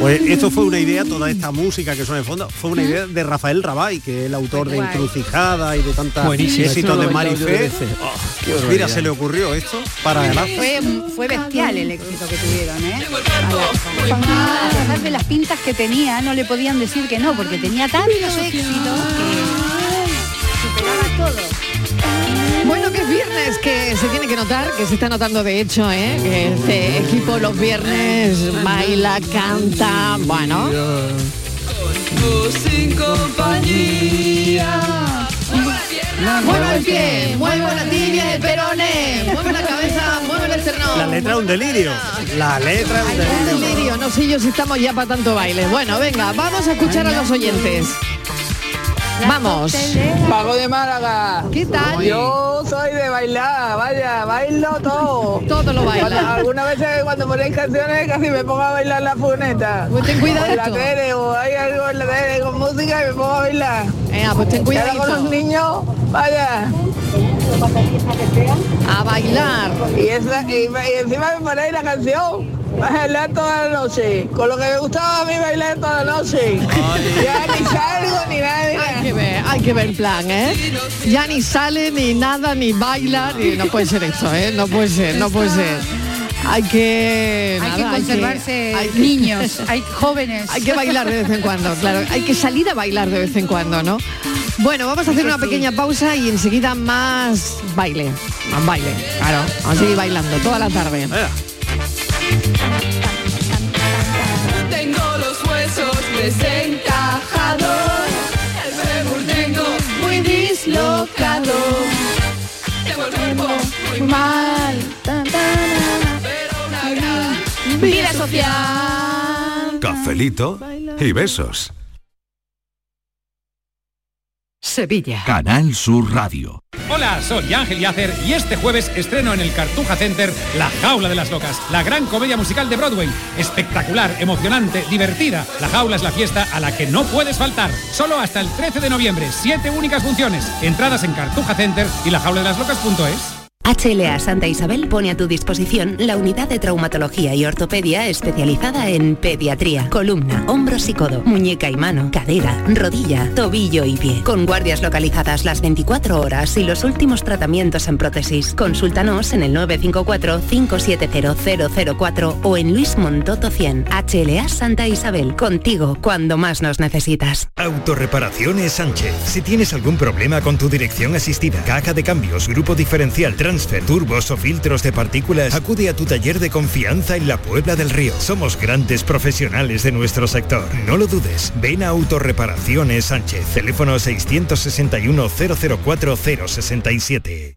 Pues esto fue una idea, toda esta música que suena de fondo, fue una idea de Rafael Rabay, que es el autor de
Guay.
Encrucijada y de tantas
Buenísimo, esto
éxitos
lo
de
he
Mari
bailado yo
Fe.
de veces.
Oh,
qué
pues mira,
barbaridad.
se le ocurrió esto para adelante.
Fue, fue bestial el éxito que tuvieron, ¿eh? A pesar de las pintas que tenía, no le podían decir que no, porque tenía tantos éxitos que superaba todo.
Bueno, que es viernes, que se tiene que notar, que se está notando de hecho, ¿eh? que este equipo los viernes baila, canta, bueno.
sin compañía.
Muevo el pie, muevo la tibia, el peroné, muevo la cabeza, muevo el esternón.
La letra es un delirio. La letra es un
Un
delirio.
delirio, no sé yo si estamos ya para tanto baile. Bueno, venga, vamos a escuchar a los oyentes. Vamos.
Pago de Málaga.
¿Qué tal?
Yo soy de bailar, vaya, bailo todo.
Todo lo baila.
Cuando- Algunas veces cuando ponéis canciones casi me pongo a bailar la funeta.
Pues ten cuidado
O en la
esto.
tele, o hay algo en la tele con música y me pongo a bailar.
Venga, pues ten
Y ahora
cuidadito.
con los niños, vaya.
A bailar.
Y, esa, y, me- y encima me ponéis la canción. Bailar toda la noche, con lo que me gustaba a mí bailar toda la noche. Ya ni salgo ni nada. ni nada.
Hay que ver, hay que ver el plan, ¿eh? Ya ni sale, ni nada, ni baila, ni- no puede ser esto, ¿eh? No puede ser, no puede ser. Hay que...
Hay que
nada,
conservarse
hay que-
niños, hay jóvenes.
Hay que bailar de vez en cuando, claro. Hay que salir a bailar de vez en cuando, ¿no? Bueno, vamos a hacer una pequeña pausa y enseguida más baile. Más baile, claro. Vamos a seguir bailando toda la tarde.
Tengo los huesos desencajados, el fémur tengo muy dislocado, tengo el cuerpo muy mal, tan, tan, tan, pero una gran vida social.
Cafelito y besos.
Sevilla.
Canal Sur Radio.
Hola, soy Ángel Yacer y este jueves estreno en el Cartuja Center La Jaula de las Locas, la gran comedia musical de Broadway. Espectacular, emocionante, divertida. La Jaula es la fiesta a la que no puedes faltar. Solo hasta el 13 de noviembre, siete únicas funciones. Entradas en Cartuja Center y lajauladelaslocas.es.
HLA Santa Isabel pone a tu disposición la unidad de traumatología y ortopedia especializada en pediatría, columna, hombros y codo, muñeca y mano, cadera, rodilla, tobillo y pie. Con guardias localizadas las 24 horas y los últimos tratamientos en prótesis. Consultanos en el 954-570004 o en Luis Montoto 100. HLA Santa Isabel, contigo cuando más nos necesitas.
Autorreparaciones Sánchez. Si tienes algún problema con tu dirección asistida, caja de cambios, grupo diferencial, transfer, turbos o filtros de partículas, acude a tu taller de confianza en la Puebla del Río. Somos grandes profesionales de nuestro sector. No lo dudes. Ven a Autorreparaciones Sánchez. Teléfono 661 004 067.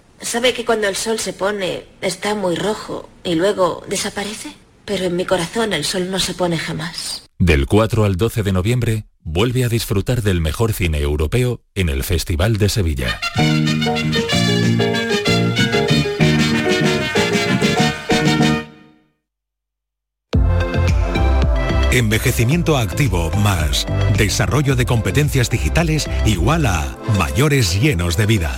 ¿Sabe que cuando el sol se pone está muy rojo y luego desaparece? Pero en mi corazón el sol no se pone jamás.
Del 4 al 12 de noviembre, vuelve a disfrutar del mejor cine europeo en el Festival de Sevilla.
Envejecimiento activo más desarrollo de competencias digitales igual a mayores llenos de vida.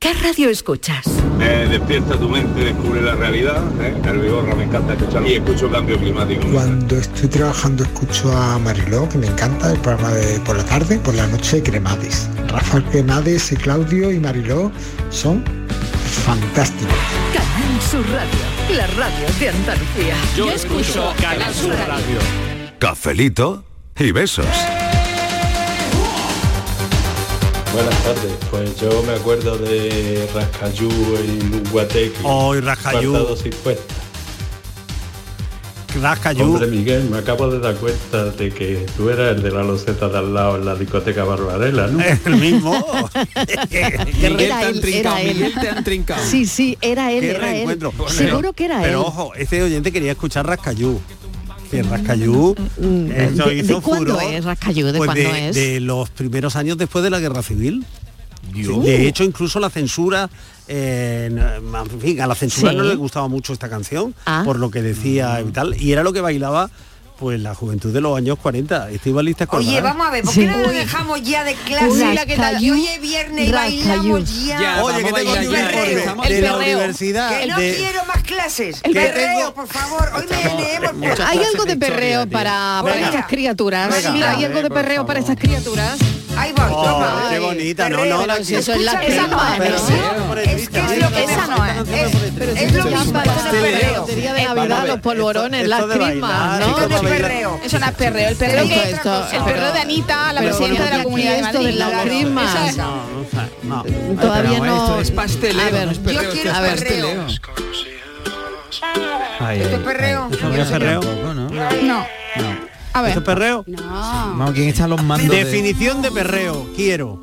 ¿Qué radio escuchas?
Eh, despierta tu mente, descubre la realidad. ¿eh? El vigor me encanta escucharlo. Y escucho cambio climático.
Cuando estoy trabajando escucho a Mariló, que me encanta, el programa de por la tarde, por la noche Cremades. Rafael Cremades, y Claudio y Mariló son fantásticos.
Canal Sur Radio, la radio de Andalucía.
Yo escucho Canal Sur
*laughs*
Radio.
Cafelito y besos.
Buenas tardes, pues yo me acuerdo de Rascayú en Guateque.
Hoy Rascayú.
Cuarta dosis puesta.
Rascayú.
Hombre Miguel, me acabo de dar cuenta de que tú eras el de la loseta de al lado en la discoteca Barbarella, ¿no?
*laughs* El mismo.
Miguel
Era
te han
él,
trincado,
era él.
Miguel te han
trincado.
Sí, sí, era él,
Qué
era él.
reencuentro. Pero-
Seguro que era
Pero
él.
ojo, este oyente quería escuchar Rascayú. Que Rascayú
Mm,
eh,
¿De,
lo
de
hizo
cuándo
furor.
es Rascayú? ¿De
Pues
cuándo
de,
es?
de los primeros años después de la guerra civil.
Dios.
De hecho, incluso la censura, eh, no, en fin, a la censura
Sí.
no le gustaba mucho esta canción,
Ah. Mm.
por lo que decía y tal, y era lo que bailaba pues la juventud de los años 40. Estoy lista con
Oye, vamos a ver, ¿por qué no lo dejamos ya de clase?
Uy,
Mira, ¿qué tal?
Rascayú,
Hoy es viernes y
Rascayú.
bailamos ya.
Ya, Oye, que vamos a tengo bailar, mi ya, uniforme estamos- de El la perreo. universidad,
Que no
de-
quiero más clases.
El
El
perreo.
perreo, por favor. Hoy me leemos por-
Hay algo de perreo para, para
Venga.
estas criaturas.
Venga.
Mira, hay algo de perreo para estas criaturas.
Ahí va,
Oh, qué bonita, no, no,
Pero si eso es la
Escucha,
crema,
pero
¿no?
sí,
Esa no es. es, es lo mismo.
Eh,
La lotería de Navidad, los polvorones, las crismas, ¿no?
Eso no es perreo. El perreo,
Esto,
que-
esto,
el perreo de Anita, la
Pero
presidenta de la
aquí
comunidad de
esto de
Madrid.
las
Claro.
crismas.
Esa es-
Todavía no.
Esto es pastelero,
A ver,
no es perreo,
yo
esto
quiero
es
perreo.
pastelero. Ay, ay,
perreo?
ay,
¿Esto es perreo?
tampoco, ¿no?
No. A ver.
¿Esto es perreo?
Ah,
Vamos, ¿quién está a los mandos? de-
Definición de perreo, quiero.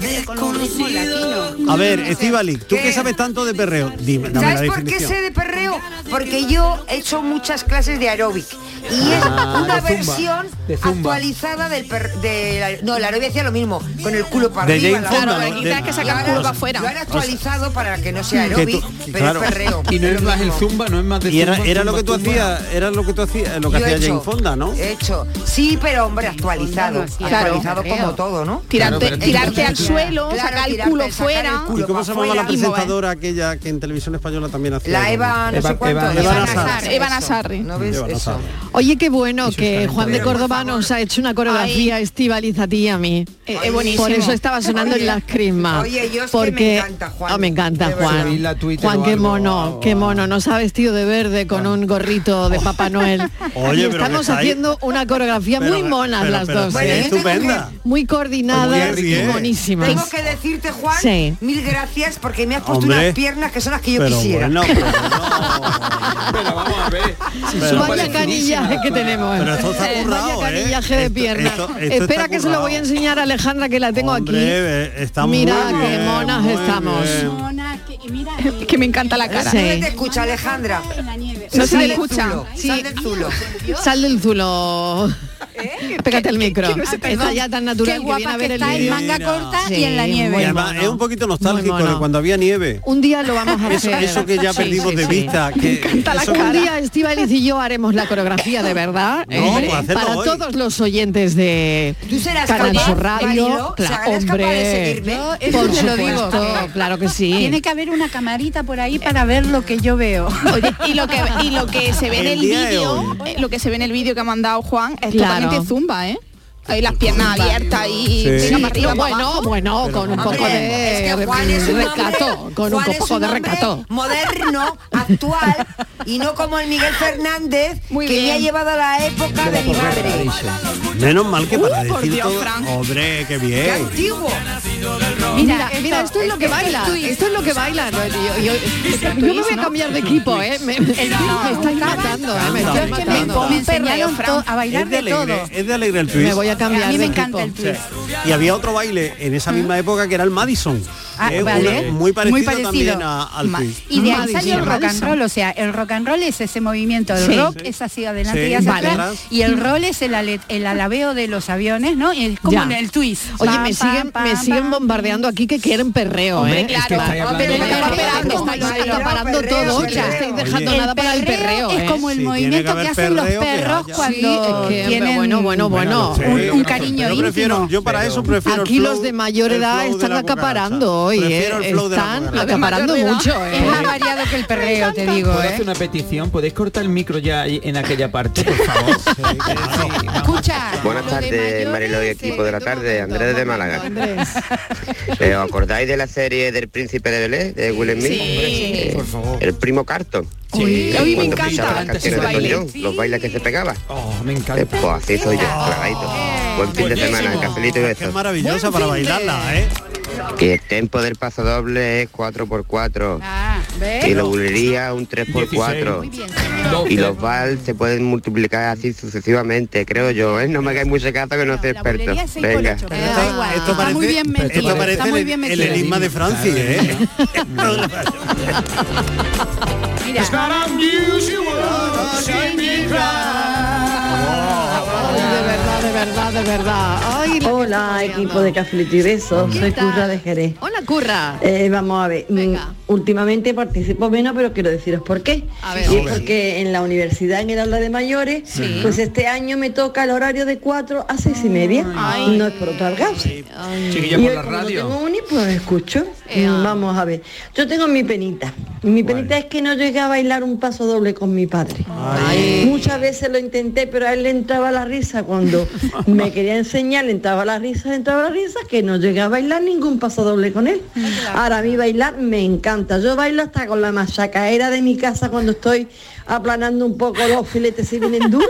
pero con un ritmo latino.
A ver, Estivalic, tú que sabes tanto de perreo, dime, dame la
¿Sabes por qué
definición.
sé de perreo? Porque yo he hecho muchas clases de aeróbic y es
Ah,
una
de zumba,
versión
de zumba.
actualizada del per- de la- no, la aeróbic hacía lo mismo, con el culo para
De
arriba.
Jane
la-
Fonda,
la-
¿no? De-
la-
que saca
y
el culo
ahora
para afuera.
Lo han
O sea,
actualizado para que no sea aeróbic,
Que tú-
pero
claro.
es perreo.
Y no es más el zumba, no es más de
Y era,
zumba,
era lo
zumba,
que tú
zumba.
hacías, era lo que tú hacías, lo que
Yo he
hacía
hecho.
Jane Fonda, ¿no?
He hecho. Sí, pero hombre, actualizado.
Claro.
actualizado como todo, ¿no?
Tirarte-
Claro, pero-
tirarte al
Claro,
suelo,
tirarte,
sacar el
sacar
culo
el
fuera.
culo
¿Y cómo se
para
llamaba la
afuera y mover.
presentadora aquella que en televisión española también hacía?
La Eva no sé cuánto.
Eva,
Eva
Nazar.
Nazar,
Eva
eso.
Nazarri.
¿No ves
Eva
eso?
Nazar.
Oye, qué bueno que Juan de
bien.
Córdoba nos ha hecho una coreografía estivaliz a ti y a mí.
Eh, es buenísimo.
Por eso estaba sonando en
Oye,
las crismas.
oye, yo es que me
porque
encanta, Juan.
Ah, me encanta,
De verdad.
Juan.
Subidla a Twitter
Juan,
o
qué
algo,
mono, qué mono. Nos ha vestido de verde con un gorrito
*laughs*
de Papá Noel.
Oye,
y
pero que
estamos
estáis-
haciendo una coreografía
Pero-
muy monas
pero-
las
pero
dos. ¿eh?
sí, estupenda.
Muy coordinadas
Oye,
y
bien.
buenísimas.
Tengo que decirte, Juan,
Sí.
mil gracias porque me has puesto
Hombre.
unas piernas que son las que yo
Pero
quisiera.
bueno,
*laughs*
*laughs*
Pero vamos a ver. Si
Pero-
son
Vaya
parecidas.
canillaje que tenemos.
Pero esto está
Eh,
currado,
Vaya
¿eh?
canillaje de
Esto-
pierna.
esto- esto está
Espera que se lo
currado.
voy a enseñar a Alejandra que la tengo aquí.
Hombre, eh, está
Mira
muy
qué
bien,
monas
muy
estamos.
bien.
*laughs*
Es que me encanta la cara.
No se te escucha, Alejandra.
No se
Sal
me
del
escucha.
zulo, Sal del zulo.
Sal del zulo.
*laughs*
Pégate el micro.
¿Eh? que no se te
Está
escucha.
ya tan natural
Qué
que
guapa
viene a ver
que
el
está en
vídeo.
manga corta y en la
Sí,
nieve.
muy
Y además,
mono.
es un poquito nostálgico
mono.
de cuando había nieve.
Un día lo vamos a
Eso,
hacer.
eso que ya
Sí,
perdimos
sí,
de
sí.
vista. Que, eso-
Un día Estivaliz y yo haremos la coreografía de verdad
No,
hombre,
pues hacerlo
para
hoy.
todos los oyentes de
¿Tú serás
Canal
capaz,
Sur Radio.
Marilo?
Claro,
¿Serás capaz de
hombre,
seguirme?
No,
por
eso te lo digo.
supuesto, claro que sí.
Tiene que haber una camarita por ahí para ver lo que yo veo.
Oye, y lo que y lo que se ve en
El
el
día de
vídeo,
hoy.
eh, lo que se ve en el vídeo que ha mandado Juan es
Claro.
totalmente zumba, ¿eh? Ahí las piernas abiertas y
Sí.
venga
Sí,
para arriba, para
bueno,
abajo.
bueno, con un poco
Hombre,
de
es que Juan es un hombre-
recato, con un
Juan es
poco de
hombre
recato.
Moderno, actual y no como el Miguel Fernández
Muy
que me
bien.
ha llevado a la época de mi madre.
Menos mal que para
Uh, por
decir
Dios,
todo-
Fran.
Hombre, qué
¡Qué
bien.
antiguo!
Mira, mira, esto es lo que baila.
esto es
Esto es lo que baila. Yo, yo- yo me voy a cambiar de equipo, ¿eh? Me, me- me estáis matando, ¿eh? Me
Yo
estáis
es que me
matando.
Me
Un perreo,
enseñaron
Fran.
to- a bailar
Es de
de
alegre,
todo.
es de alegre el twist.
Me voy a cambiar
A mí me
de
encanta el
equipo.
twist.
Y había otro baile en esa misma época que era el Madison.
Ah,
que es
vale.
una- muy, parecido
Muy parecido.
también a- al
Ma-
twist.
Y de ahí
Madison,
salió el rock and
Madison.
roll, o sea, el rock and roll es ese movimiento del
Sí.
rock,
Sí.
es así adelante
Sí,
y hacia
vale.
atrás, y el roll es el, ale- el alabeo de los aviones, ¿no? Y es como
Ya.
en el twist.
Oye,
Pam,
me
pam,
siguen,
pam,
me
pam.
siguen bombardeando aquí que quieren perreo,
Hombre,
¿eh?
es que estáis hablando
Pero
de
estáis
perreo.
acaparando, estáis
Perreo,
acaparando
perreo,
todo,
perreo.
ya estáis dejando
Oye.
nada para el perreo,
es
¿eh?
como el
Sí, tiene que
movimiento que,
haber
hacen los
perreo que
perros
haya.
cuando
Sí, es que,
tienen
bueno, bueno, bueno.
Sí,
un-
yo
un
no
cariño
yo prefiero,
íntimo.
yo para eso prefiero el
Aquí los
flow-
de mayor
el
edad
flow de
están
la cucaracha.
acaparando hoy,
Prefiero
¿eh?
el flow de la
Están
cucaracha.
acaparando Mayor de edad. mucho,
Es más
¿eh?
variado que el perreo, te digo,
¿Puedo
¿eh?
hacer una petición? ¿Podéis cortar el micro ya ahí en aquella parte, por favor?
Escucha.
Buenas tardes, Marilo y equipo de la tarde, Andrés de Málaga. Eh, ¿Os acordáis de la serie del Príncipe de Belén, de Will Smith? Eh, El primo Carton.
Sí.
Cuando
Uy,
pisaba
me encanta.
las canciones de
ese baile.
Tom Jones, los bailes que se pegaba.
Oh, me
Eh,
encanta.
pues así soy yo, clavadito. Buen fin de semana,
Buenísimo.
cafelito y
Oh, Qué
besos.
maravillosa para bailarla, ¿eh?
Y el tempo del paso doble es 4x4.
Ah, ¿ves?
Y la bulería un
16.
3x4.
Doce.
Y los vals se pueden multiplicar así sucesivamente, creo yo. ¿eh? No me hagáis mucho caso que no soy
La
experto.
bolería es seis por
Venga.
ocho.
Esto,
Da igual.
esto
Está
parece,
muy bien
esto
metido.
parece
Está muy bien
el, el
metido.
enigma de Francis, ¿eh?
Mira.
Ay, de verdad, de verdad, de verdad. Ay, la que
Hola
estamos
equipo de
liando.
Cafelito y Besos,
¿Qué
soy
tal?
Curra de Jerez.
Hola, Curra.
Eh, vamos a ver, mm,
Venga.
últimamente participo menos, pero quiero deciros por qué.
A ver.
Y
A
es
ver.
porque en la universidad, en el aula de mayores,
Sí.
pues este año me toca el horario de 4 a 6 y media.
Ay.
No es por otorgarse.
Chiquilla por
Y hoy,
la
como no
radio.
tengo uni, pues escucho.
Ea.
Mm, Vamos a ver. Yo tengo mi penita. Mi penita es que no llegué a bailar un paso doble con mi padre. Muchas veces lo intenté, pero a él le entraba la
*laughs*
risa cuando me quería enseñar, le entraba la risa, le entraba la risa, que no llegué a bailar ningún paso doble con él. Ahora a mí bailar me encanta. Yo bailo hasta con la machacaera de mi casa cuando estoy aplanando un poco los filetes si vienen duros,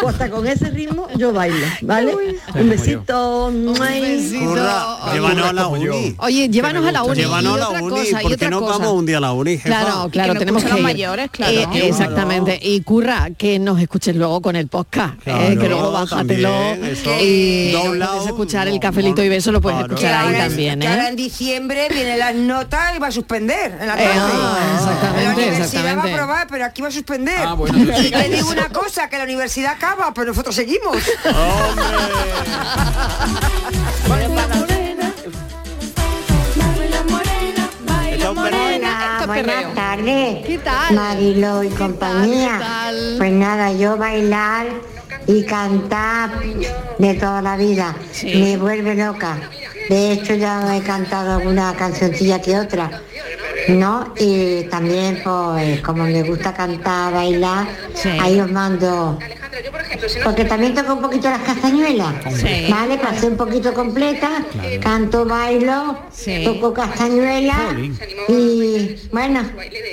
pues hasta con ese ritmo yo bailo, ¿vale? Un besito, un
Curra, llévanos a la uni.
Oye, llévanos a la uni.
Llévanos a
y
la
otra
uni,
cosa, y
porque
otra
no
cosa.
vamos un día a la uni, jefa?
Claro, claro, tenemos que
escuchen los
ir.
mayores, claro.
Eh, exactamente. Y curra, que nos escuches luego con el podcast, eh,
Claro,
que luego Eh, bájatelo
también, eso.
y lo
Doblado,
puedes escuchar el cafelito y beso, lo puedes escuchar ahí
ahora es-
también,
que ahora
¿eh?
en diciembre vienen las notas y va a suspender en la
Eh,
tarde.
ah, exactamente,
en la universidad
exactamente.
va a aprobar, pero aquí va a suspender.
Ah,
bueno, tú sí.
Le digo una cosa, que la universidad acaba, pero nosotros
*laughs*
seguimos.
Oh,
Morena, esto es perreo.
Buenas tardes.
¿Qué tal?
Mariló y compañía. Pues nada, yo bailar y cantar de toda la vida. Me vuelve loca. De hecho ya he cantado alguna cancioncilla que otra. ¿No? Y también pues como me gusta cantar, bailar, ahí os mando. Porque también toco un poquito las castañuelas,
Sí.
¿vale? Para ser un poquito completa, canto, bailo, toco castañuelas
Jolín.
y bueno,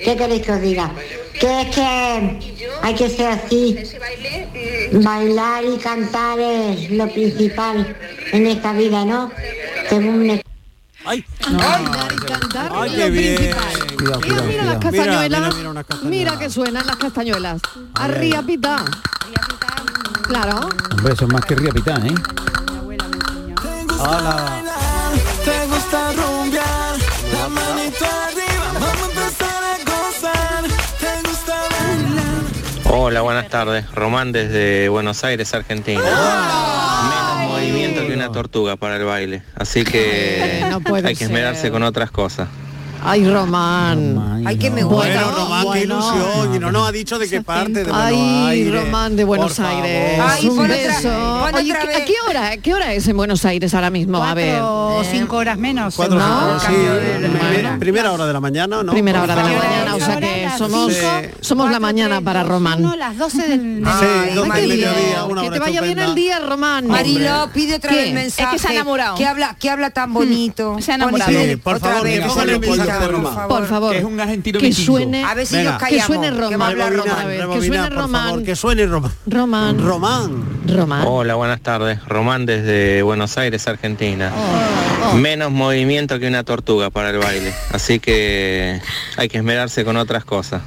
¿qué queréis que os diga? Que es que hay que ser así, bailar y cantar es lo principal en esta vida, ¿no? Según me-
Ay, qué bien. Mira las castañuelas. Mira, que suenan las castañuelas. Arriba, pita. Claro.
Hombre, son más que riapitán, ¿eh?
Te gusta rumbear, la manito arriba, vamos a empezar a gozar. Te gusta bailar.
Hola, buenas tardes. Román desde Buenos Aires, Argentina. Menos movimiento que una tortuga para el baile. Así que
no puede
hay que esmerarse con otras cosas.
Ay, Román. Ay, que me
Bueno, Román, qué ilusión. Y no nos ha dicho de qué parte de Buenos
Ay,
Aires.
Román de Buenos Aires.
Ay,
un
pon otra-
beso.
pon
Oye,
otra
¿qué- ¿a qué hora, qué hora es en Buenos Aires ahora mismo? A ver.
O cinco horas menos.
Cuatro,
seguro.
cinco, sí, primera- primera hora de la mañana, ¿no?
Primera hora de la mañana, o sea que Eh, somos, somos la mañana para Román.
las 12 del
Sí, doce del mediodía, una
que
hora
te vaya bien
estupenda.
el día, Román.
Marilo, pide otra vez mensaje.
Es que se ha enamorado. Hmm.
Que habla, que habla tan bonito. Se ha
enamorado.
Sí, por favor, que pongan el mensaje de Román.
Por favor.
Que es un argentino
Que
mitillo.
suene,
A ver si Venga. nos
que
callamos,
suene
que va a
Román.
hablar Román.
otra vez, Que
Rebobina,
suene
por favor,
Román.
que suene Román.
Román.
Román.
Román.
Hola, buenas tardes. Román desde Buenos Aires, Argentina.
Oh,
Menos movimiento que una tortuga para el baile. Así que hay que esmerarse con otras cosas.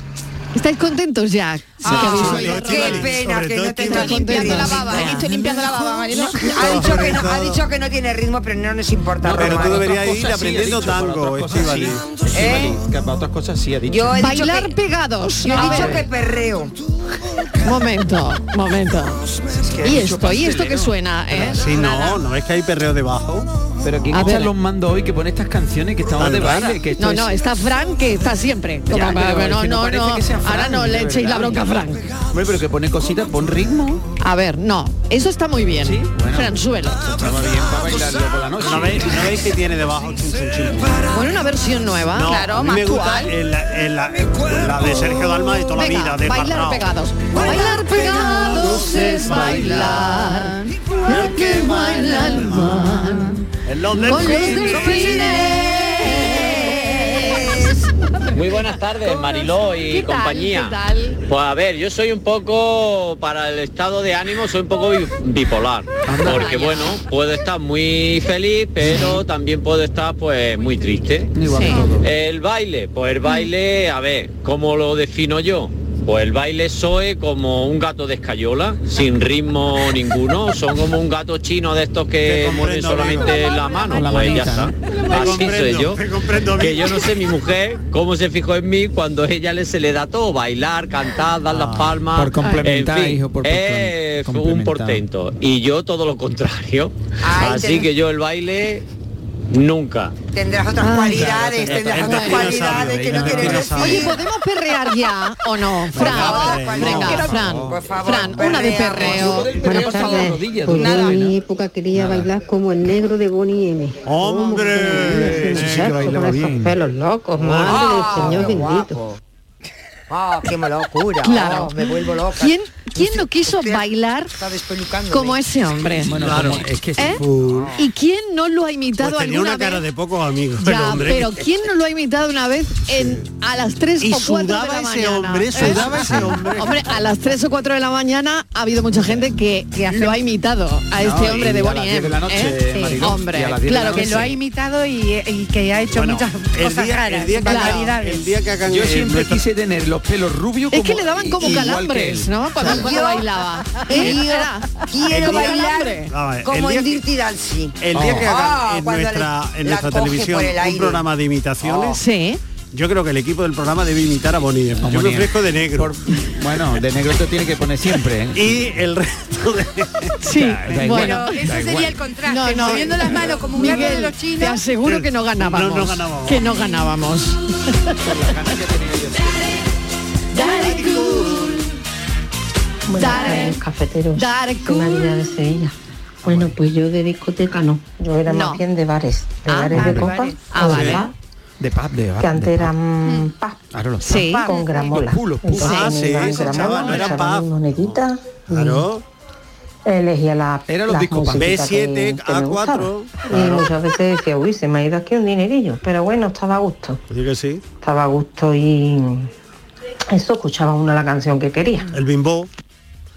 ¿Estáis contentos ya?
Ah,
Que habéis
sí,
oído.
Qué pena que no tenga
limpiando la baba,
ritmo.
eh, estoy
limpiando la baba,
Marilo.
Ha dicho que no, ha dicho que no tiene ritmo, pero no nos importa.
Pero tú
Román.
deberías ir aprendiendo tango, Estivali.
¿Eh?
Que para otras cosas sí ha dicho.
Yo he dicho
Bailar
que-
pegados.
Yo he
A
Ah,
dicho
ver.
que perreo.
Momento, momento.
que ha
Y
dicho
esto, y esto que
pastelero.
suena, ¿eh?
Sí, no, no es que hay perreo debajo.
Pero ¿quién
A
echa
ver.
los mandos hoy que pone estas canciones que estamos de baile? Que esto
No, no,
es-
está Frank que está siempre. Como,
Ya, pero
pero
es
no,
que no
no,
parece
no.
que sea Fran,
Ahora no le
de
echéis
verdad.
la bronca a Frank.
Hombre, pero que pone cositas, pon ritmo.
A ver, no, eso está muy bien.
bueno.
Fran, súbelo.
Estaba bien para bailarlo por la noche.
¿No veis, no veis que tiene debajo? Chun, chun, chun.
Bueno, una versión nueva.
No, a mí me gusta el- el- la, la de Sergio Dalma de toda
Venga,
la vida, de
bailar
Parrao.
pegados. Bailar pegados es bailar. Lo que baila el mar.
En los
Con los
delfines.
delfines.
Muy buenas tardes, Mariló y
¿Qué tal?
compañía.
¿Qué tal?
Pues a ver, yo soy un poco, para el estado de ánimo, soy un poco bi- bipolar. Porque bueno, puedo estar muy feliz, pero también puedo estar pues muy triste. El baile, pues el baile, a ver, ¿cómo lo defino yo? Pues el baile soy como un gato de escayola, sin ritmo ninguno, son como un gato chino de estos que mueven solamente la mano,
La
pues ya
manita.
está.
Te
Así soy yo.
comprendo, te
Que yo no sé mi mujer cómo se fijó en mí cuando ella le se le da todo, bailar, cantar, dar las palmas.
Ah, Por complementar,
en fin,
hijo, por
es un portento. Y yo todo lo contrario. Así
tenés-
que yo el baile nunca.
Tendrás otras
Ah,
Ay,
cualidades,
claro,
tendrás
el
otras
dinosaurio,
cualidades
este
que no tienes.
Oye, ¿podemos perrear ya o no? Fran,
favor,
venga,
no.
Fran,
Por favor,
Fran, una de
perreamos.
perreo.
Buenas tardes. Pues yo en mi época quería bailar como el negro de Bonnie M. ¡Hombre! esos pelos locos, madre del
Ah,
señor
qué
bendito.
Ah, qué locura.
Claro.
Oh, me vuelvo loca.
¿Quién-
¿Quién no quiso bailar como ese hombre?
Bueno, claro, es que sí.
¿Eh?
Uh,
¿Y quién no lo ha imitado
pues tenía
alguna
una cara
vez?
de pocos amigos el
Ya,
hombre.
pero ¿quién no lo ha imitado una vez en, a las 3
Y
o 4 de
sudaba
la
ese
mañana? ¿Eh?
hombre, sudaba ese
*laughs* hombre. a las 3 o 4 de la mañana ha habido mucha gente que, que lo ha imitado a este
No, y
hombre de
a las
Bonnie
10 de la
M,
noche,
¿eh? Sí,
Mariló, y
hombre,
a las 10 de
claro
la
que
noche.
lo
ha imitado y, y que ha hecho muchas
el
cosas
día,
raras.
el día que acá-
barbaridades.
el día que acá-
Yo
eh,
siempre quise tener los pelos rubios
Es
como,
que le daban como
igual que
calambres,
él.
¿no? Cuando,
Claro.
cuando
Yo-
bailaba. ¿Eh?
Yo
Era-
quiero
como
bailar
calambre.
Vamos a ver,
como
el día
en
que-
Dirty Dancing.
El
Oh.
día que hagan
Ah,
en
cuando le-
nuestra,
la
en nuestra
coge
televisión
por el
un
aire.
programa de imitaciones.
Oh.
Yo creo que el equipo del programa debe imitar a Bonnie. M. Yo me
Bonnie M.
ofrezco de negro. bueno, de negro te tiene que poner siempre.
¿eh?
y el resto de...
Sí,
Bueno, ese sería el contraste,
No, no.
moviendo las manos como un gato de
Miguel,
los
te
chinos.
aseguro que no ganábamos.
No, no ganábamos.
Que no ganábamos. Dale cool. Dale.
Los cafeteros.
Dark
Una vida de Sevilla. Bueno, pues yo de discoteca no. Yo era
No.
más bien de bares. De bares de copas.
Ah,
o de
vale. Mm.
pub,
De pub, de pub,
Que antes
de pub.
eran pub.
Claro, los
Sí.
pub.
Con gramola.
Los pub, los pub.
Entonces,
Ah, sí,
iban
se
gramola,
echaban, no era
echaban moneditas y Mm. Elegía la,
Eran los
las
discopas.
musiquitas que-
B7,
que me
A4,
gustaban.
claro.
Y muchas veces decía, uy, se me ha ido aquí un dinerillo. Pero bueno, estaba a gusto.
Pues
que sí.
Estaba a gusto y eso escuchaba uno la canción que quería.
El bimbo.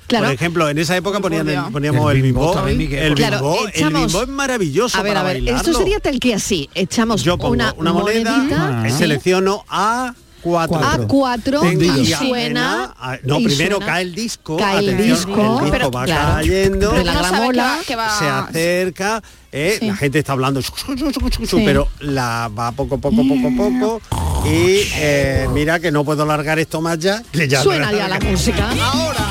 Claro.
Por ejemplo, en esa época ponían el- poníamos
El
el
bimbo
bimbo.
también, Miguel.
El
Claro,
bimbo, el
echamos-
bimbo es maravilloso
A ver,
para
a ver,
bailarlo.
esto sería tal que así. Echamos
Yo pongo
una,
una, moneda,
monedita.
eh,
¿sí?
selecciono A4.
A4
Tengo-
y
a-
suena-
a- No,
y
primero
suena.
cae el disco.
Cae el
atención,
disco,
el
pero
va
claro,
cayendo.
pero la Pero no sabes gramola que va- que va-
se acerca. eh, La gente está hablando, pero la va poco, poco, poco, poco. Y eh, mira que no puedo largar esto más ya. que ya-
Suena ya la música.
Ahora.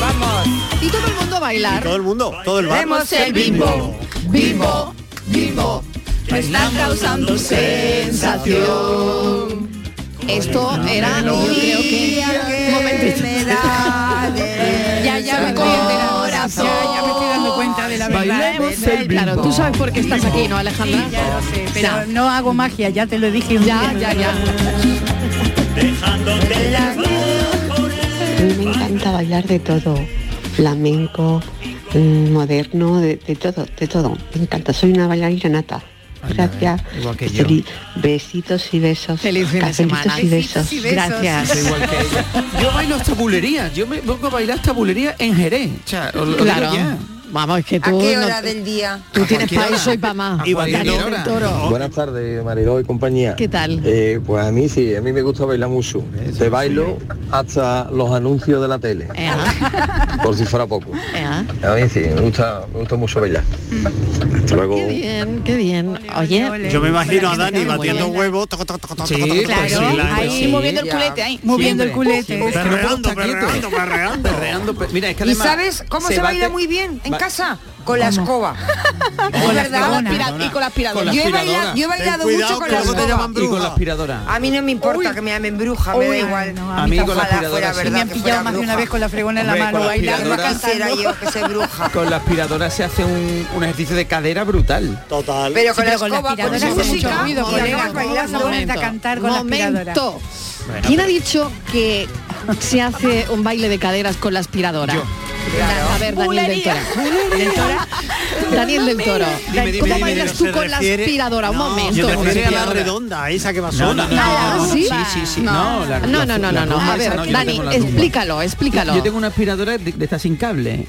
Vamos. Y todo el mundo a bailar.
Todo el mundo, todo el barrio.
Vemos el bimbo. Bimbo, bimbo. Me está causando sensación. Esto era, yo creo que... Un momentito.
Ya, ya me estoy enterando. Ya, ya me estoy dando cuenta de la verdad.
Bailemos
¿eh?
el Claro, tú sabes por qué estás aquí, ¿no, Alejandra?
Sí, ya lo sé, pero
Ya.
no hago magia, ya te lo dije un
Ya,
día.
ya, ya.
A mí me encanta bailar de todo, flamenco, mm, moderno, de, de todo, de todo. Me encanta, soy una bailarina nata. Gracias.
igual que yo.
Feliz- Besitos y besos.
Feliz fin de
Cafecitos
semana.
Y
Besitos
besos.
y besos. Gracias.
Soy igual que ella. Yo bailo hasta bulería. Yo me pongo a bailar hasta bulería en Jerez. O sea, os lo digo
Claro.
ya.
Vamos, es que
¿A
tú...
qué
no-
hora del día?
Tú tienes
cualquier
para
hora.
eso y para
Ah,
más.
Y cualquier
Daniel
hora.
del Toro.
Buenas tardes, Mariló y compañía.
¿Qué tal?
Eh, pues a mí sí, a mí me gusta bailar mucho. Te bailo hasta los anuncios de la tele, por si fuera poco.
Ea.
A mí sí, me gusta, me gusta mucho bailar. Hasta luego.
Qué bien, qué bien. Oye,
Yo me imagino a Dani
Muy
batiendo
bien.
huevos.
pues
toco, toco, toco, toco, toco, toco, toco, sí, la-
ahí
sí.
moviendo el culete, ahí moviendo el culete.
Perreando, perreando, perreando. pe- Mira, es que
¿Y
además
sabes cómo se, baila
bate-
muy bien en
ba-
casa? Con la escoba.
Con la
¿Verdad?
aspiradora.
Y con la
Con la
Yo he
aspiradora.
bailado, yo he
Ten
bailado
cuidado,
mucho con
que
la
luego te
escoba.
llaman bruja. Y con la aspiradora.
A mí no me importa que me llamen bruja, me da
Uy,
igual.
no,
a mí con la
ojalá
aspiradora
fuera
sí.
verdad
Me han
que
pillado
fuera
más de
bruja.
una vez con la fregona en la
Hombre, con
mano
la
bailando,
aspiradora.
Quisiera
cantando.
yo que sea bruja.
*laughs* Con la aspiradora se hace un, un ejercicio de cadera brutal.
Total.
Pero con la escoba,
aspiradora
pones
hace mucho
música
ruido,
y
colega,
acabas
no,
bailando.
no, Momento, cantar con la aspiradora.
momento. ¿Quién ha dicho que se hace un baile de caderas con la aspiradora? A ver, Daniel del Toro. Del Toro. Daniel del Toro.
Dime, dime,
¿Cómo
dime,
bailas
pero
tú
se
con
refiere-
la aspiradora? Un
No,
momento.
Se refiere a la
Aspiradora.
redonda, a esa que va
No,
sola.
no, no,
Ah,
no,
¿sí?
sí, sí, sí. No, la-
No,
la-
no, no,
la
no, no.
rumba
A
esa
ver,
no, yo
Dani,
tengo la rumba.
explícalo, explícalo.
Yo tengo una aspiradora de, de esta sin cable.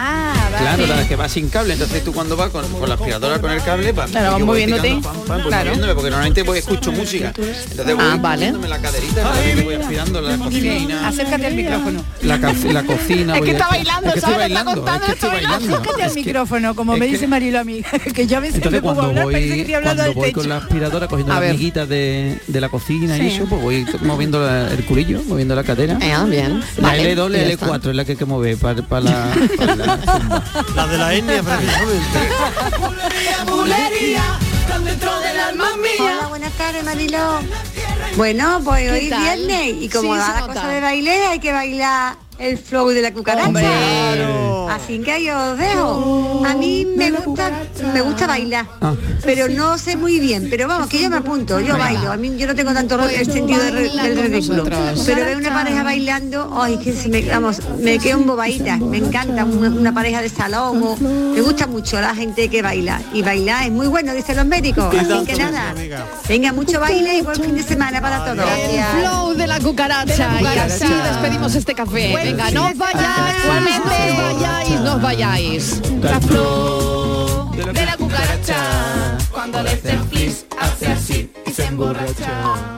Ah, vale.
Claro, la que va sin cable. Entonces tú cuando vas con, con la aspiradora con el cable, vas
Claro, vas
yo voy
moviéndote.
tirando, pam, pam, voy
Claro.
moviéndome, porque normalmente voy, escucho música. Entonces voy
Ah, vale.
moviéndome la caderita, voy, voy aspirando la cocina.
Acércate al micrófono.
La, ca- la cocina.
Es
voy
que está
a-
bailando,
es que estoy
¿sabes? Lo está
bailando,
contando,
es que
está
estoy
bailando.
bailando.
Acércate al
Es que-
micrófono, como
es
me
que-
dice Marilo a mí, *laughs* que yo a veces
Entonces
me pongo a
cuando
hablar, parece que
voy,
estoy hablando
cuando
del
voy
techo.
con la aspiradora
*laughs*
cogiendo las miguitas de, de la cocina y
Sí.
eso, pues voy *laughs* moviendo la- el culillo, moviendo la cadera.
Ah, bien.
La
Vale,
L2,
ya
la
está.
L4 es la que hay que mover para la...
*laughs* La de la etnia, precisamente.
Hola, buenas tardes, Mariló. Bueno, pues
¿Qué
hoy es
tal?
viernes y como
Sí,
va
se
la
nota.
cosa de baile, hay que bailar el flow de la cucaracha.
Claro.
Así que yo os dejo. A mí me gusta, me gusta bailar.
Ah.
Pero no sé muy bien. Pero vamos, que yo me apunto, yo
Venga.
bailo. A mí yo no tengo tanto ro- el sentido de re- del ridículo.
nosotros.
Pero veo una pareja bailando, ay, que se me, vamos, me quedo un bobaíta. Me encanta una, una pareja de salón. o- me gusta mucho la gente que baila. Y bailar es muy bueno, dicen los médicos. Así que nada. Venga, mucho baile y buen fin de semana para todos.
El flow de la cucaracha.
De la
Y así
cucaracha.
despedimos este café.
Buen
Venga,
fin
no
de
os vayáis, no os vayáis, no os vayáis.
La flor de la cucaracha. Cuando le hace flis, hace así y se emborracha.